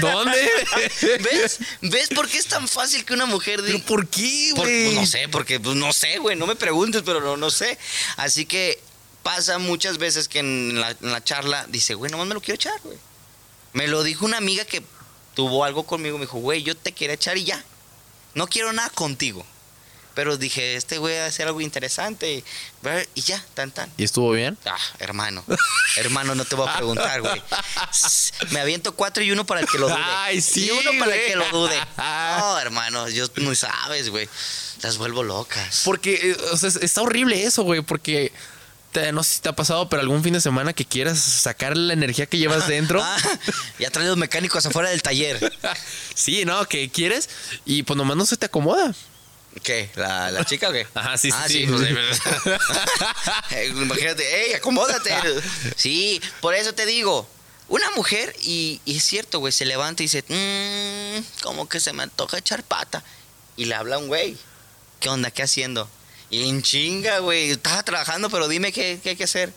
[SPEAKER 2] ¿Dónde?
[SPEAKER 1] [laughs] ¿Ves? ¿Ves por qué es tan fácil que una mujer diga?
[SPEAKER 2] ¿Pero por qué,
[SPEAKER 1] Por-
[SPEAKER 2] güey?
[SPEAKER 1] pues, no sé, porque pues, no sé, güey. No me preguntes, pero no, no sé. Así que pasa muchas veces que en la, en la charla dice, güey, nomás me lo quiero echar, güey. Me lo dijo una amiga que tuvo algo conmigo. Me dijo, güey, yo te quería echar y ya. No quiero nada contigo. Pero dije, este güey va a hacer algo interesante. Y ya, tan, tan.
[SPEAKER 2] ¿Y estuvo bien?
[SPEAKER 1] Ah, hermano. hermano, no te voy a preguntar, güey. S- Me aviento cuatro y uno para el que lo dude.
[SPEAKER 2] Ay, sí,
[SPEAKER 1] Y uno para el
[SPEAKER 2] güey.
[SPEAKER 1] que lo
[SPEAKER 2] [laughs]
[SPEAKER 1] dude. No, hermano, yo no sabes, güey. Las vuelvo locas.
[SPEAKER 2] Porque, eh, o sea, es- está horrible eso, güey, porque te- no sé si te ha pasado, pero algún fin de semana que quieras sacar la energía que llevas dentro.
[SPEAKER 1] Ah, ya traen los mecánicos afuera del taller.
[SPEAKER 2] [laughs] sí, no, que quieres y pues nomás no se te acomoda.
[SPEAKER 1] ¿Qué? ¿La, la chica o qué?
[SPEAKER 2] Ajá, sí, sí,
[SPEAKER 1] Ah,
[SPEAKER 2] sí.
[SPEAKER 1] pues, eh, [laughs] Imagínate, ¡ey, acomódate! Sí, por eso te digo. Una mujer, y, y es cierto, güey, se levanta y dice, mmm, como que se me antoja echar pata. Y le habla un güey, ¿qué onda? ¿Qué haciendo? Y en chinga, güey, estaba trabajando, pero dime qué, qué hay que hacer.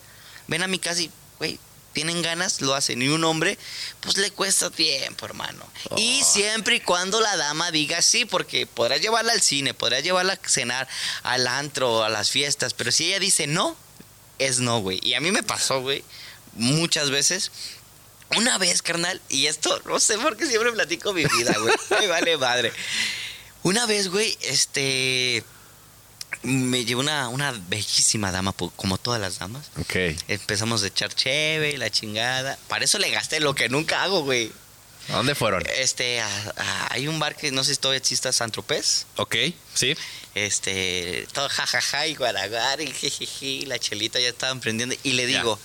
[SPEAKER 1] Ven a mi casa y, güey, tienen ganas, lo hacen. Y un hombre, pues le cuesta tiempo, hermano. Y siempre y cuando la dama diga sí, porque podrás llevarla al cine, podrás llevarla a cenar, al antro, a las fiestas, pero si ella dice no, es no, güey. Y a mí me pasó, güey, muchas veces. Una vez, carnal, y esto no sé por qué siempre platico mi vida, güey. Me vale madre. Una vez, güey, este. Me llevó una, una bellísima dama, po- como todas las damas.
[SPEAKER 2] [laughs] Ok.
[SPEAKER 1] Empezamos a echar cheve y la chingada. Para eso le gasté lo que nunca hago, güey.
[SPEAKER 2] ¿A dónde fueron?
[SPEAKER 1] Este, a- a- hay un bar que no sé si todavía exista, San Tropez.
[SPEAKER 2] Ok, sí.
[SPEAKER 1] Este, todo jajaja y guaraguar y jijiji, la chelita ya estaban prendiendo. Y le
[SPEAKER 2] Ya.
[SPEAKER 1] digo,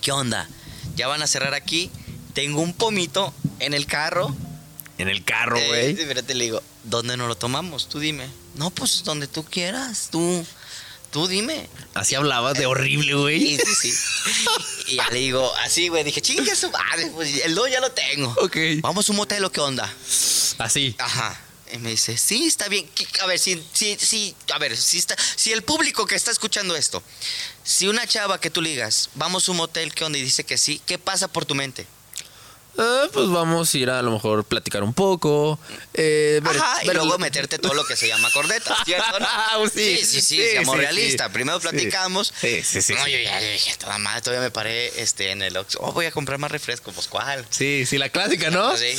[SPEAKER 1] ¿qué onda? Ya van a cerrar aquí. Tengo un pomito en el carro.
[SPEAKER 2] En el carro,
[SPEAKER 1] Eh,
[SPEAKER 2] güey.
[SPEAKER 1] espérate, le digo, ¿dónde nos lo tomamos? Tú dime. No, pues donde tú quieras, tú. Tú dime.
[SPEAKER 2] Así hablabas de
[SPEAKER 1] eh,
[SPEAKER 2] horrible,
[SPEAKER 1] Y
[SPEAKER 2] güey.
[SPEAKER 1] sí, sí. Y ya le digo, así, güey, dije, chingue su madre, pues el don ya lo tengo.
[SPEAKER 2] Ok.
[SPEAKER 1] Vamos a un motel o qué onda.
[SPEAKER 2] Así.
[SPEAKER 1] Ajá. Y me dice, sí, está bien. ¿Qué- A ver, si, si, si, a ver, si está, si el público que está escuchando esto, si una chava que tú ligas, vamos a un motel, ¿qué onda? Y dice que sí, ¿qué pasa por tu mente?
[SPEAKER 2] Ah, pues vamos a ir a, lo mejor platicar un poco. Eh, ver-
[SPEAKER 1] Ajá, y
[SPEAKER 2] ver-
[SPEAKER 1] luego meterte todo lo que se llama cordeta, ¿cierto?
[SPEAKER 2] [laughs]
[SPEAKER 1] no?
[SPEAKER 2] Ah, sí.
[SPEAKER 1] sí, sí, sí,
[SPEAKER 2] Sí,
[SPEAKER 1] seamos
[SPEAKER 2] sí,
[SPEAKER 1] realistas.
[SPEAKER 2] sí.
[SPEAKER 1] Primero
[SPEAKER 2] Sí.
[SPEAKER 1] platicamos.
[SPEAKER 2] Sí, sí, sí,
[SPEAKER 1] No,
[SPEAKER 2] sí.
[SPEAKER 1] yo ya dije, toda madre, todavía me paré este, en el Oxxo. Oh, voy a comprar más refresco, pues ¿cuál?
[SPEAKER 2] Sí, sí, la clásica, ¿no?
[SPEAKER 1] Sí.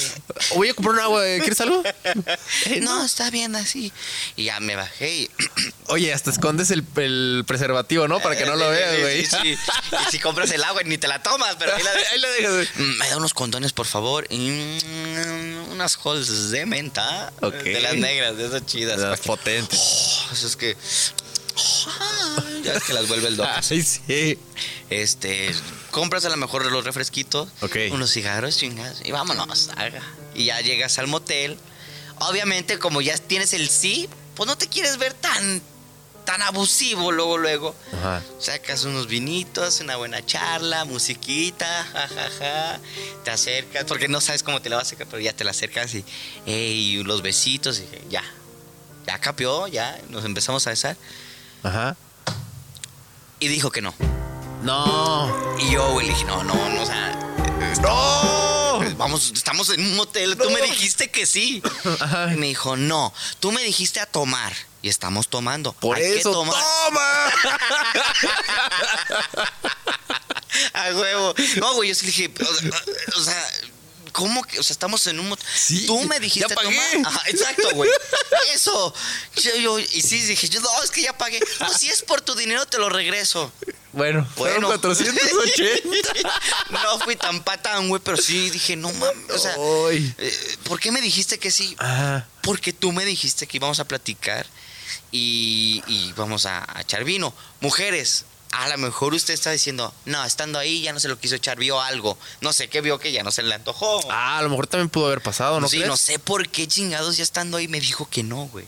[SPEAKER 2] Voy a comprar un agua, eh, ¿quieres algo?
[SPEAKER 1] [laughs]
[SPEAKER 2] Eh,
[SPEAKER 1] No, está bien así. Y ya me bajé y...
[SPEAKER 2] Oye, hasta escondes el, el preservativo, ¿no? Para [laughs] que no lo
[SPEAKER 1] [laughs] Sí, sí,
[SPEAKER 2] veas,
[SPEAKER 1] sí,
[SPEAKER 2] güey.
[SPEAKER 1] Eh, sí, sí. Y si compras el agua ni te la tomas, pero ahí la
[SPEAKER 2] [laughs] Ahí [laughs] la dejas, güey.
[SPEAKER 1] Mm, Me da unos condones, por favor. Y mm, unas holes de menta.
[SPEAKER 2] Ok.
[SPEAKER 1] De las negras, de esas chidas.
[SPEAKER 2] Las potentes.
[SPEAKER 1] Oh, eso es que. Ah, ya ves que las
[SPEAKER 2] [laughs]
[SPEAKER 1] vuelve el doc.
[SPEAKER 2] Ay, sí.
[SPEAKER 1] Este, compras a lo mejor los refresquitos,
[SPEAKER 2] Ok.
[SPEAKER 1] unos cigarros chingas y vámonos, haga. Y ya llegas al motel. Obviamente, como ya tienes el sí, pues no te quieres ver tan, tan abusivo luego, luego.
[SPEAKER 2] Ajá.
[SPEAKER 1] Sacas unos vinitos, una buena charla, musiquita, jajaja. Te acercas, porque no sabes cómo te la vas a acercar, pero ya te la acercas y ey, los besitos y ya. Ya capió, ya nos empezamos a besar.
[SPEAKER 2] Ajá.
[SPEAKER 1] Y dijo que no.
[SPEAKER 2] No.
[SPEAKER 1] Y yo, güey, le dije, no, no, no, o sea,
[SPEAKER 2] ¡No!
[SPEAKER 1] Pues Vamos, estamos en un motel. Tú
[SPEAKER 2] No.
[SPEAKER 1] me dijiste que sí.
[SPEAKER 2] Ajá.
[SPEAKER 1] Y me dijo, no. Tú me dijiste a tomar. Y estamos tomando.
[SPEAKER 2] Por
[SPEAKER 1] Hay
[SPEAKER 2] eso.
[SPEAKER 1] que tomar. [laughs]
[SPEAKER 2] ¡Toma!
[SPEAKER 1] A huevo. No, güey, yo sí le dije, o sea, o sea, ¿cómo que? O sea, estamos en un motel.
[SPEAKER 2] Sí,
[SPEAKER 1] Tú me dijiste
[SPEAKER 2] ya
[SPEAKER 1] a
[SPEAKER 2] pagué.
[SPEAKER 1] tomar. Ajá, exacto, güey. Eso. Yo, yo- y sí, dije, yo, no, es que ya pagué. No, si es por tu dinero, te lo regreso.
[SPEAKER 2] Bueno, fueron
[SPEAKER 1] Bueno.
[SPEAKER 2] 480.
[SPEAKER 1] [laughs] No fui tan patán, güey, pero sí dije, no mames. O sea,
[SPEAKER 2] Ay.
[SPEAKER 1] eh, ¿por qué me dijiste que sí?
[SPEAKER 2] Ajá.
[SPEAKER 1] Porque tú me dijiste que íbamos a platicar y, y vamos a, a echar vino. Mujeres, a lo mejor usted está diciendo, no, estando ahí ya no se lo quiso echar, vio algo. No sé qué vio que ya no se le antojó.
[SPEAKER 2] Ah, a lo mejor también pudo haber pasado, ¿no?
[SPEAKER 1] sí,
[SPEAKER 2] crees? Pues,
[SPEAKER 1] no sé por qué chingados ya estando ahí me dijo que no, güey.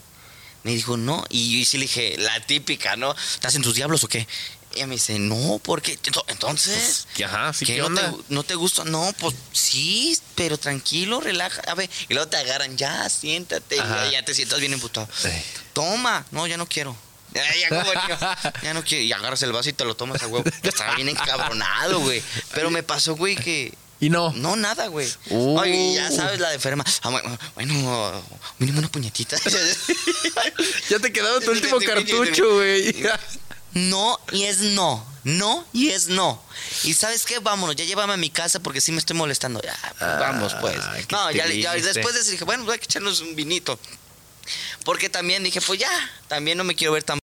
[SPEAKER 1] Me dijo no. Y yo sí le dije, la típica, ¿no? ¿Estás en tus diablos o qué? Y ella me dice, no, porque entonces...
[SPEAKER 2] Que Ajá, pues, sí,
[SPEAKER 1] ¿Qué,
[SPEAKER 2] ¿qué
[SPEAKER 1] no,
[SPEAKER 2] onda?
[SPEAKER 1] Te, ¿No te gusta? No, pues sí, pero tranquilo, relaja. A ver, y luego te agarran, ya, siéntate, y
[SPEAKER 2] Ajá.
[SPEAKER 1] ya, ya te sientas bien emputado.
[SPEAKER 2] Ay.
[SPEAKER 1] Toma, no, ya no quiero. Ya, ya, como
[SPEAKER 2] [laughs]
[SPEAKER 1] que- ya no quiero. Y agarras el vaso y te lo tomas a huevo. Estaba bien encabronado, güey. Pero me pasó, güey, que.
[SPEAKER 2] Y no.
[SPEAKER 1] No, nada, güey.
[SPEAKER 2] Uh.
[SPEAKER 1] Ay, ya sabes, la de enferma. Ah, bueno, bueno, mínimo una
[SPEAKER 2] [laughs]
[SPEAKER 1] puñetita.
[SPEAKER 2] Ya te quedaba tu
[SPEAKER 1] Sí,
[SPEAKER 2] último
[SPEAKER 1] sí, sí,
[SPEAKER 2] cartucho, güey.
[SPEAKER 1] No y es no. No y es no. Y sabes qué, vámonos, ya llévame a mi casa porque sí me estoy molestando. Ya, pues,
[SPEAKER 2] Ah,
[SPEAKER 1] vamos, pues.
[SPEAKER 2] qué
[SPEAKER 1] No, ya, ya-
[SPEAKER 2] triste.
[SPEAKER 1] después de eso dije, bueno, voy a echarnos un vinito. Porque también dije, pues ya, también no me quiero ver tan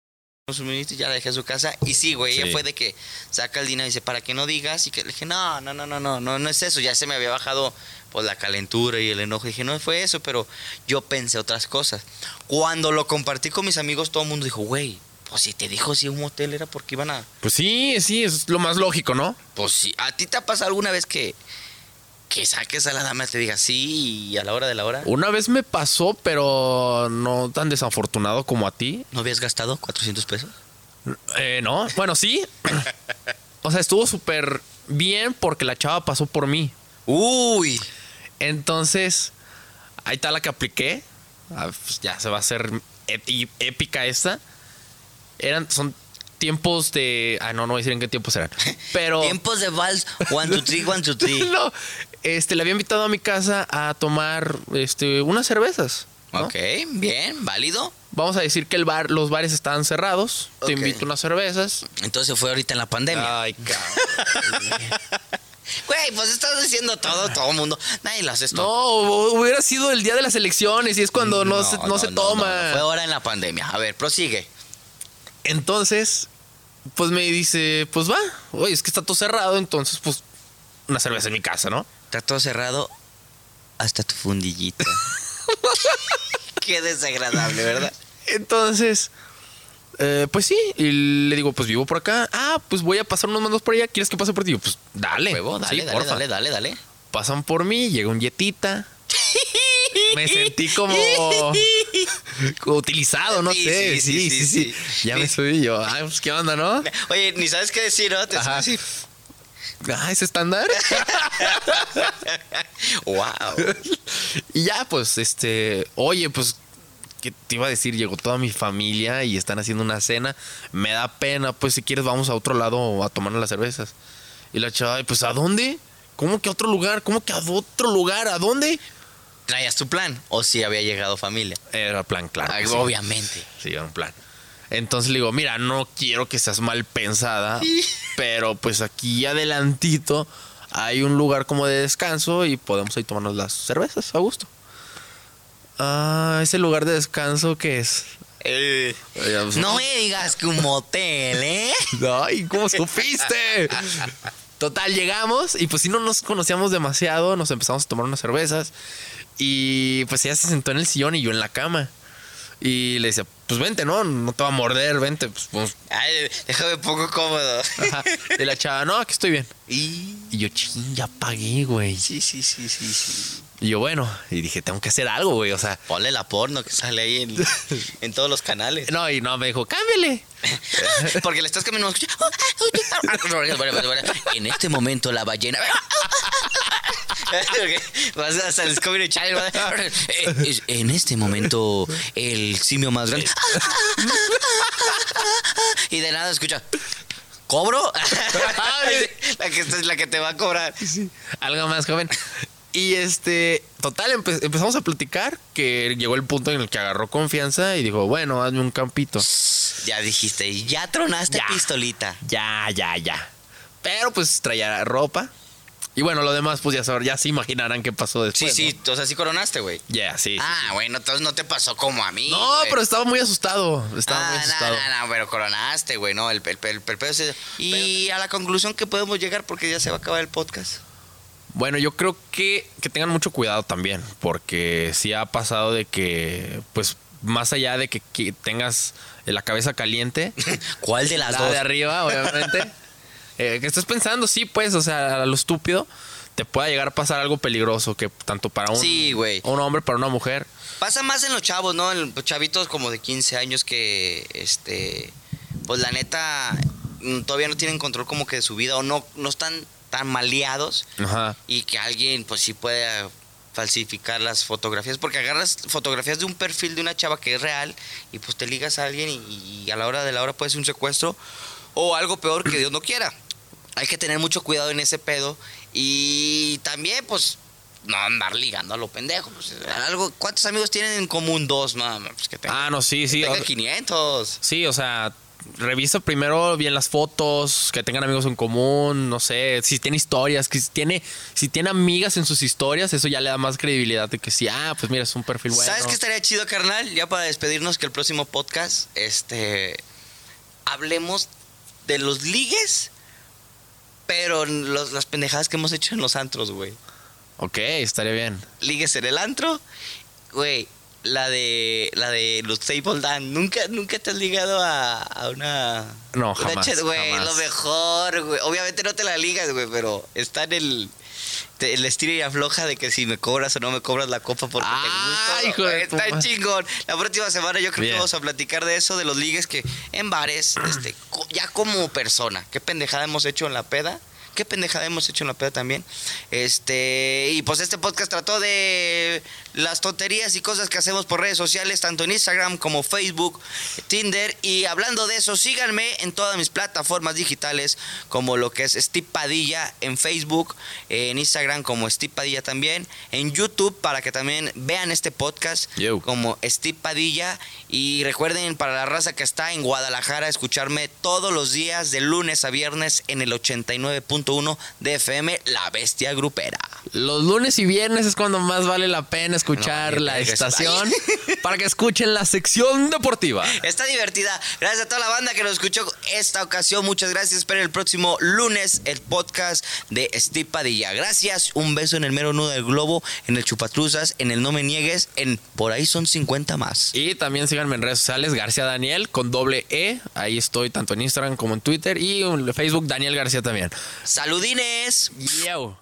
[SPEAKER 1] un vinito y ya la dejé a su casa. Y sí, güey,
[SPEAKER 2] Sí.
[SPEAKER 1] ella fue de que saca el dinero y dice, para que no digas. Y que le dije, no, no, no, no, no, no, no es eso. Ya se me había bajado pues la calentura y el enojo. Y dije, no fue eso, pero yo pensé otras cosas. Cuando lo compartí con mis amigos, todo el mundo dijo, güey, pues si te dijo si un motel era porque iban a.
[SPEAKER 2] Pues sí, sí, eso es lo más lógico, ¿no?
[SPEAKER 1] Pues sí. ¿A ti te ha pasado alguna vez que, que saques a la dama y te diga sí y a la hora de la hora?
[SPEAKER 2] Una vez me pasó, pero no tan desafortunado como a ti.
[SPEAKER 1] ¿No habías gastado 400 pesos?
[SPEAKER 2] Eh, no, bueno, sí. o sea, estuvo súper bien porque la chava pasó por mí.
[SPEAKER 1] Uy.
[SPEAKER 2] Entonces, ahí está la que apliqué. Ah, pues ya se va a hacer epi- épica esta. Eran, son tiempos de. Ah, no, no voy a decir en qué tiempos
[SPEAKER 1] [laughs]
[SPEAKER 2] eran. Pero. [laughs]
[SPEAKER 1] Tiempos de vals, one, two, three, one, two, three.
[SPEAKER 2] no, este, le había invitado a mi casa a tomar este, unas cervezas. [laughs] ¿no?
[SPEAKER 1] Ok, bien, válido.
[SPEAKER 2] Vamos a decir que el bar, los bares estaban cerrados. Te
[SPEAKER 1] Ok.
[SPEAKER 2] invito unas cervezas.
[SPEAKER 1] Entonces fue ahorita en la
[SPEAKER 2] Ah.
[SPEAKER 1] pandemia. [laughs]
[SPEAKER 2] cabrón.
[SPEAKER 1] Güey, pues estás diciendo todo, todo el mundo. Nadie lo hace esto.
[SPEAKER 2] No, hu- hubiera sido el día de las elecciones y es cuando no, se, no se
[SPEAKER 1] Mm, no,
[SPEAKER 2] toma.
[SPEAKER 1] no, fue ahora en la pandemia. A ver, prosigue.
[SPEAKER 2] Entonces, pues me dice, pues va, oye, es que está todo cerrado, entonces pues una cerveza en mi casa, ¿no?
[SPEAKER 1] Está todo cerrado. hasta tu
[SPEAKER 2] [laughs]
[SPEAKER 1] fundillita. Qué desagradable, ¿verdad?
[SPEAKER 2] Entonces, eh, pues sí, y le digo, pues vivo por acá. Ah, pues voy a pasar unos mandos por allá. ¿Quieres que pase por ti? Yo, pues dale.
[SPEAKER 1] Huevo, dale,
[SPEAKER 2] Sí,
[SPEAKER 1] dale,
[SPEAKER 2] porfa.
[SPEAKER 1] dale, dale, dale.
[SPEAKER 2] Pasan por mí, llega un yetita. Me sentí como, como utilizado, no
[SPEAKER 1] Sí, sí,
[SPEAKER 2] sé.
[SPEAKER 1] sí,
[SPEAKER 2] Sí,
[SPEAKER 1] sí,
[SPEAKER 2] sí, sí.
[SPEAKER 1] sí.
[SPEAKER 2] Ya me subí yo. Ay, pues qué
[SPEAKER 1] [laughs]
[SPEAKER 2] onda, ¿no?
[SPEAKER 1] [laughs] Oye, ni sabes qué decir, ¿no? Te
[SPEAKER 2] Ajá.
[SPEAKER 1] sí.
[SPEAKER 2] Ah, es estándar.
[SPEAKER 1] Wow.
[SPEAKER 2] Y ya, pues, este, oye, pues, ¿qué te iba a decir? Llegó toda mi familia y están haciendo una cena. Me da pena, pues, si quieres, vamos a otro lado a tomar las cervezas. Y la chava, "Ay, pues, ¿a dónde? ¿Cómo que a otro lugar? ¿Cómo que a otro lugar? ¿A dónde?
[SPEAKER 1] ¿Traías tu plan? ¿O si había llegado
[SPEAKER 2] [laughs]
[SPEAKER 1] familia?
[SPEAKER 2] Era plan, claro.
[SPEAKER 1] Ah,
[SPEAKER 2] que sí.
[SPEAKER 1] Obviamente.
[SPEAKER 2] Sí, era un plan. Entonces le digo, mira, no quiero que seas mal pensada, pero pues aquí adelantito hay un lugar como de descanso y podemos ahí tomarnos las cervezas a gusto. Ah, ese lugar de descanso que es. Ya, pues,
[SPEAKER 1] Eh, No me digas que un motel, ¿eh?
[SPEAKER 2] Ay, ¿cómo supiste? Total, llegamos y pues si no nos conocíamos demasiado, nos empezamos a tomar unas cervezas y pues ella se sentó en el sillón y yo en la cama. Y le decía, pues vente, no, no te va a morder, vente. Pues, pues,
[SPEAKER 1] Ay, déjame poco cómodo.
[SPEAKER 2] ajá. Y la chava, no, aquí estoy bien.
[SPEAKER 1] Y...
[SPEAKER 2] Y yo, ching, ya pagué, güey.
[SPEAKER 1] [laughs] Sí, sí, sí, sí, sí.
[SPEAKER 2] Y yo, bueno, y dije, tengo que hacer algo, güey, o sea.
[SPEAKER 1] Ponle la porno que sale ahí en, en todos los
[SPEAKER 2] [laughs]
[SPEAKER 1] canales.
[SPEAKER 2] No, y no, me dijo, cámbiale.
[SPEAKER 1] Porque le estás caminando. ah, En este momento la ballena. [laughs] Vas hasta el Discovery Channel. Eh, En este momento el simio más grande. Ah, Y de nada escucha. ¿Cobro? [laughs] La que, la que te va a cobrar.
[SPEAKER 2] Algo más joven. Y este, total, empe- empezamos a platicar que llegó el punto en el que agarró confianza y dijo, bueno, hazme un campito.
[SPEAKER 1] Ya dijiste, ya tronaste
[SPEAKER 2] Ya.
[SPEAKER 1] pistolita.
[SPEAKER 2] Ya, ya, ya. Pero pues traía ropa. Y bueno, lo demás, pues ya sabrán, ya se imaginarán qué pasó
[SPEAKER 1] Sí,
[SPEAKER 2] después.
[SPEAKER 1] sí, o sea, sí coronaste, güey.
[SPEAKER 2] Ya, sí.
[SPEAKER 1] pues, Ah, bueno, entonces no te pasó como a mí.
[SPEAKER 2] no,
[SPEAKER 1] güey.
[SPEAKER 2] pero estaba muy asustado. Estaba
[SPEAKER 1] Ah,
[SPEAKER 2] muy
[SPEAKER 1] no,
[SPEAKER 2] asustado.
[SPEAKER 1] No, no, pero coronaste, güey, no, el, el, el- el pedo es- Y a la conclusión que podemos llegar porque ya se va a acabar el podcast.
[SPEAKER 2] Bueno, yo creo que, que tengan mucho cuidado también, porque sí ha pasado de que, pues, más allá de que, que tengas la
[SPEAKER 1] [laughs]
[SPEAKER 2] cabeza caliente,
[SPEAKER 1] ¿Cuál de
[SPEAKER 2] la de
[SPEAKER 1] [laughs]
[SPEAKER 2] arriba, obviamente, eh, que estés pensando, sí, pues, o sea, a lo estúpido, te pueda llegar a pasar algo peligroso, que tanto para un,
[SPEAKER 1] Sí, güey.
[SPEAKER 2] un hombre, para una mujer,
[SPEAKER 1] Pasa más en los chavos, ¿no? En los chavitos como de 15 años que, este, pues la neta, mm, todavía no tienen control como que de su vida o no, no están tan maleados
[SPEAKER 2] ajá,
[SPEAKER 1] y que alguien, pues sí pueda falsificar las fotografías, porque agarras fotografías de un perfil de una chava que es real y pues te ligas a alguien y, y a la hora de la hora puede ser un secuestro o algo peor que Dios no quiera. Hay que tener mucho cuidado en ese pedo y también pues no andar ligando a lo pendejo. pues, algo, ¿Cuántos amigos tienen en común? Dos, no, no, pues que tenga,
[SPEAKER 2] Ah, no, sí, sí.
[SPEAKER 1] tenga
[SPEAKER 2] o-
[SPEAKER 1] 500.
[SPEAKER 2] Sí, o sea, revisa primero bien las fotos, que tengan amigos en común, no sé, si tiene historias, que si tiene, si tiene amigas en sus historias, eso ya le da más credibilidad de que sí, ah, pues mira, es un perfil bueno.
[SPEAKER 1] ¿Sabes qué estaría chido, carnal? Ya para despedirnos, que el próximo podcast, este, hablemos de los ligues, pero en los- las pendejadas que hemos hecho en los antros, güey.
[SPEAKER 2] Ok, estaría bien.
[SPEAKER 1] Ligues en el antro, güey. La de, la de los table dance. Nunca, nunca te has ligado a, a una.
[SPEAKER 2] No,
[SPEAKER 1] una
[SPEAKER 2] jamás,
[SPEAKER 1] chet- Güey,
[SPEAKER 2] jamás.
[SPEAKER 1] lo mejor, güey. Obviamente no te la ligas, güey, pero está en el. te- El estilo y afloja de que si me cobras o no me cobras la copa porque
[SPEAKER 2] Ah,
[SPEAKER 1] te gusta.
[SPEAKER 2] hijo de
[SPEAKER 1] Está
[SPEAKER 2] tu ma-
[SPEAKER 1] chingón. La próxima semana yo creo
[SPEAKER 2] Bien.
[SPEAKER 1] que vamos a platicar de eso, de los ligues que en bares, este, [clears throat] co- ya como persona, qué pendejada hemos hecho en la peda, qué pendejada hemos hecho en la peda también. Este, y pues este podcast trató de las tonterías y cosas que hacemos por redes sociales, tanto en Instagram como Facebook, Tinder. Y hablando de eso, síganme en todas mis plataformas digitales, como lo que es Steve Padilla en Facebook, en Instagram como Steve Padilla también, en YouTube para que también vean este podcast
[SPEAKER 2] Yo.
[SPEAKER 1] como Steve Padilla. Y recuerden, para la raza que está en Guadalajara, escucharme todos los días, de lunes a viernes, en el 89.1 100.1 de FM, La Bestia Grupera.
[SPEAKER 2] Los lunes y viernes es cuando más vale la pena escuchar
[SPEAKER 1] No,
[SPEAKER 2] la
[SPEAKER 1] verga, está
[SPEAKER 2] estación [laughs] para que escuchen la sección deportiva.
[SPEAKER 1] Está divertida. Gracias a toda la banda que nos escuchó esta ocasión. Muchas gracias. Esperen el próximo lunes el podcast de Steve Padilla. Gracias. Un beso en el mero nudo del globo, en el chupatruzas, en el no me niegues, en por ahí son 50 más.
[SPEAKER 2] Y también síganme en redes sociales, García Daniel con doble E. Ahí estoy tanto en Instagram como en Twitter y en Facebook Daniel García también.
[SPEAKER 1] Saludines.
[SPEAKER 2] Yeo.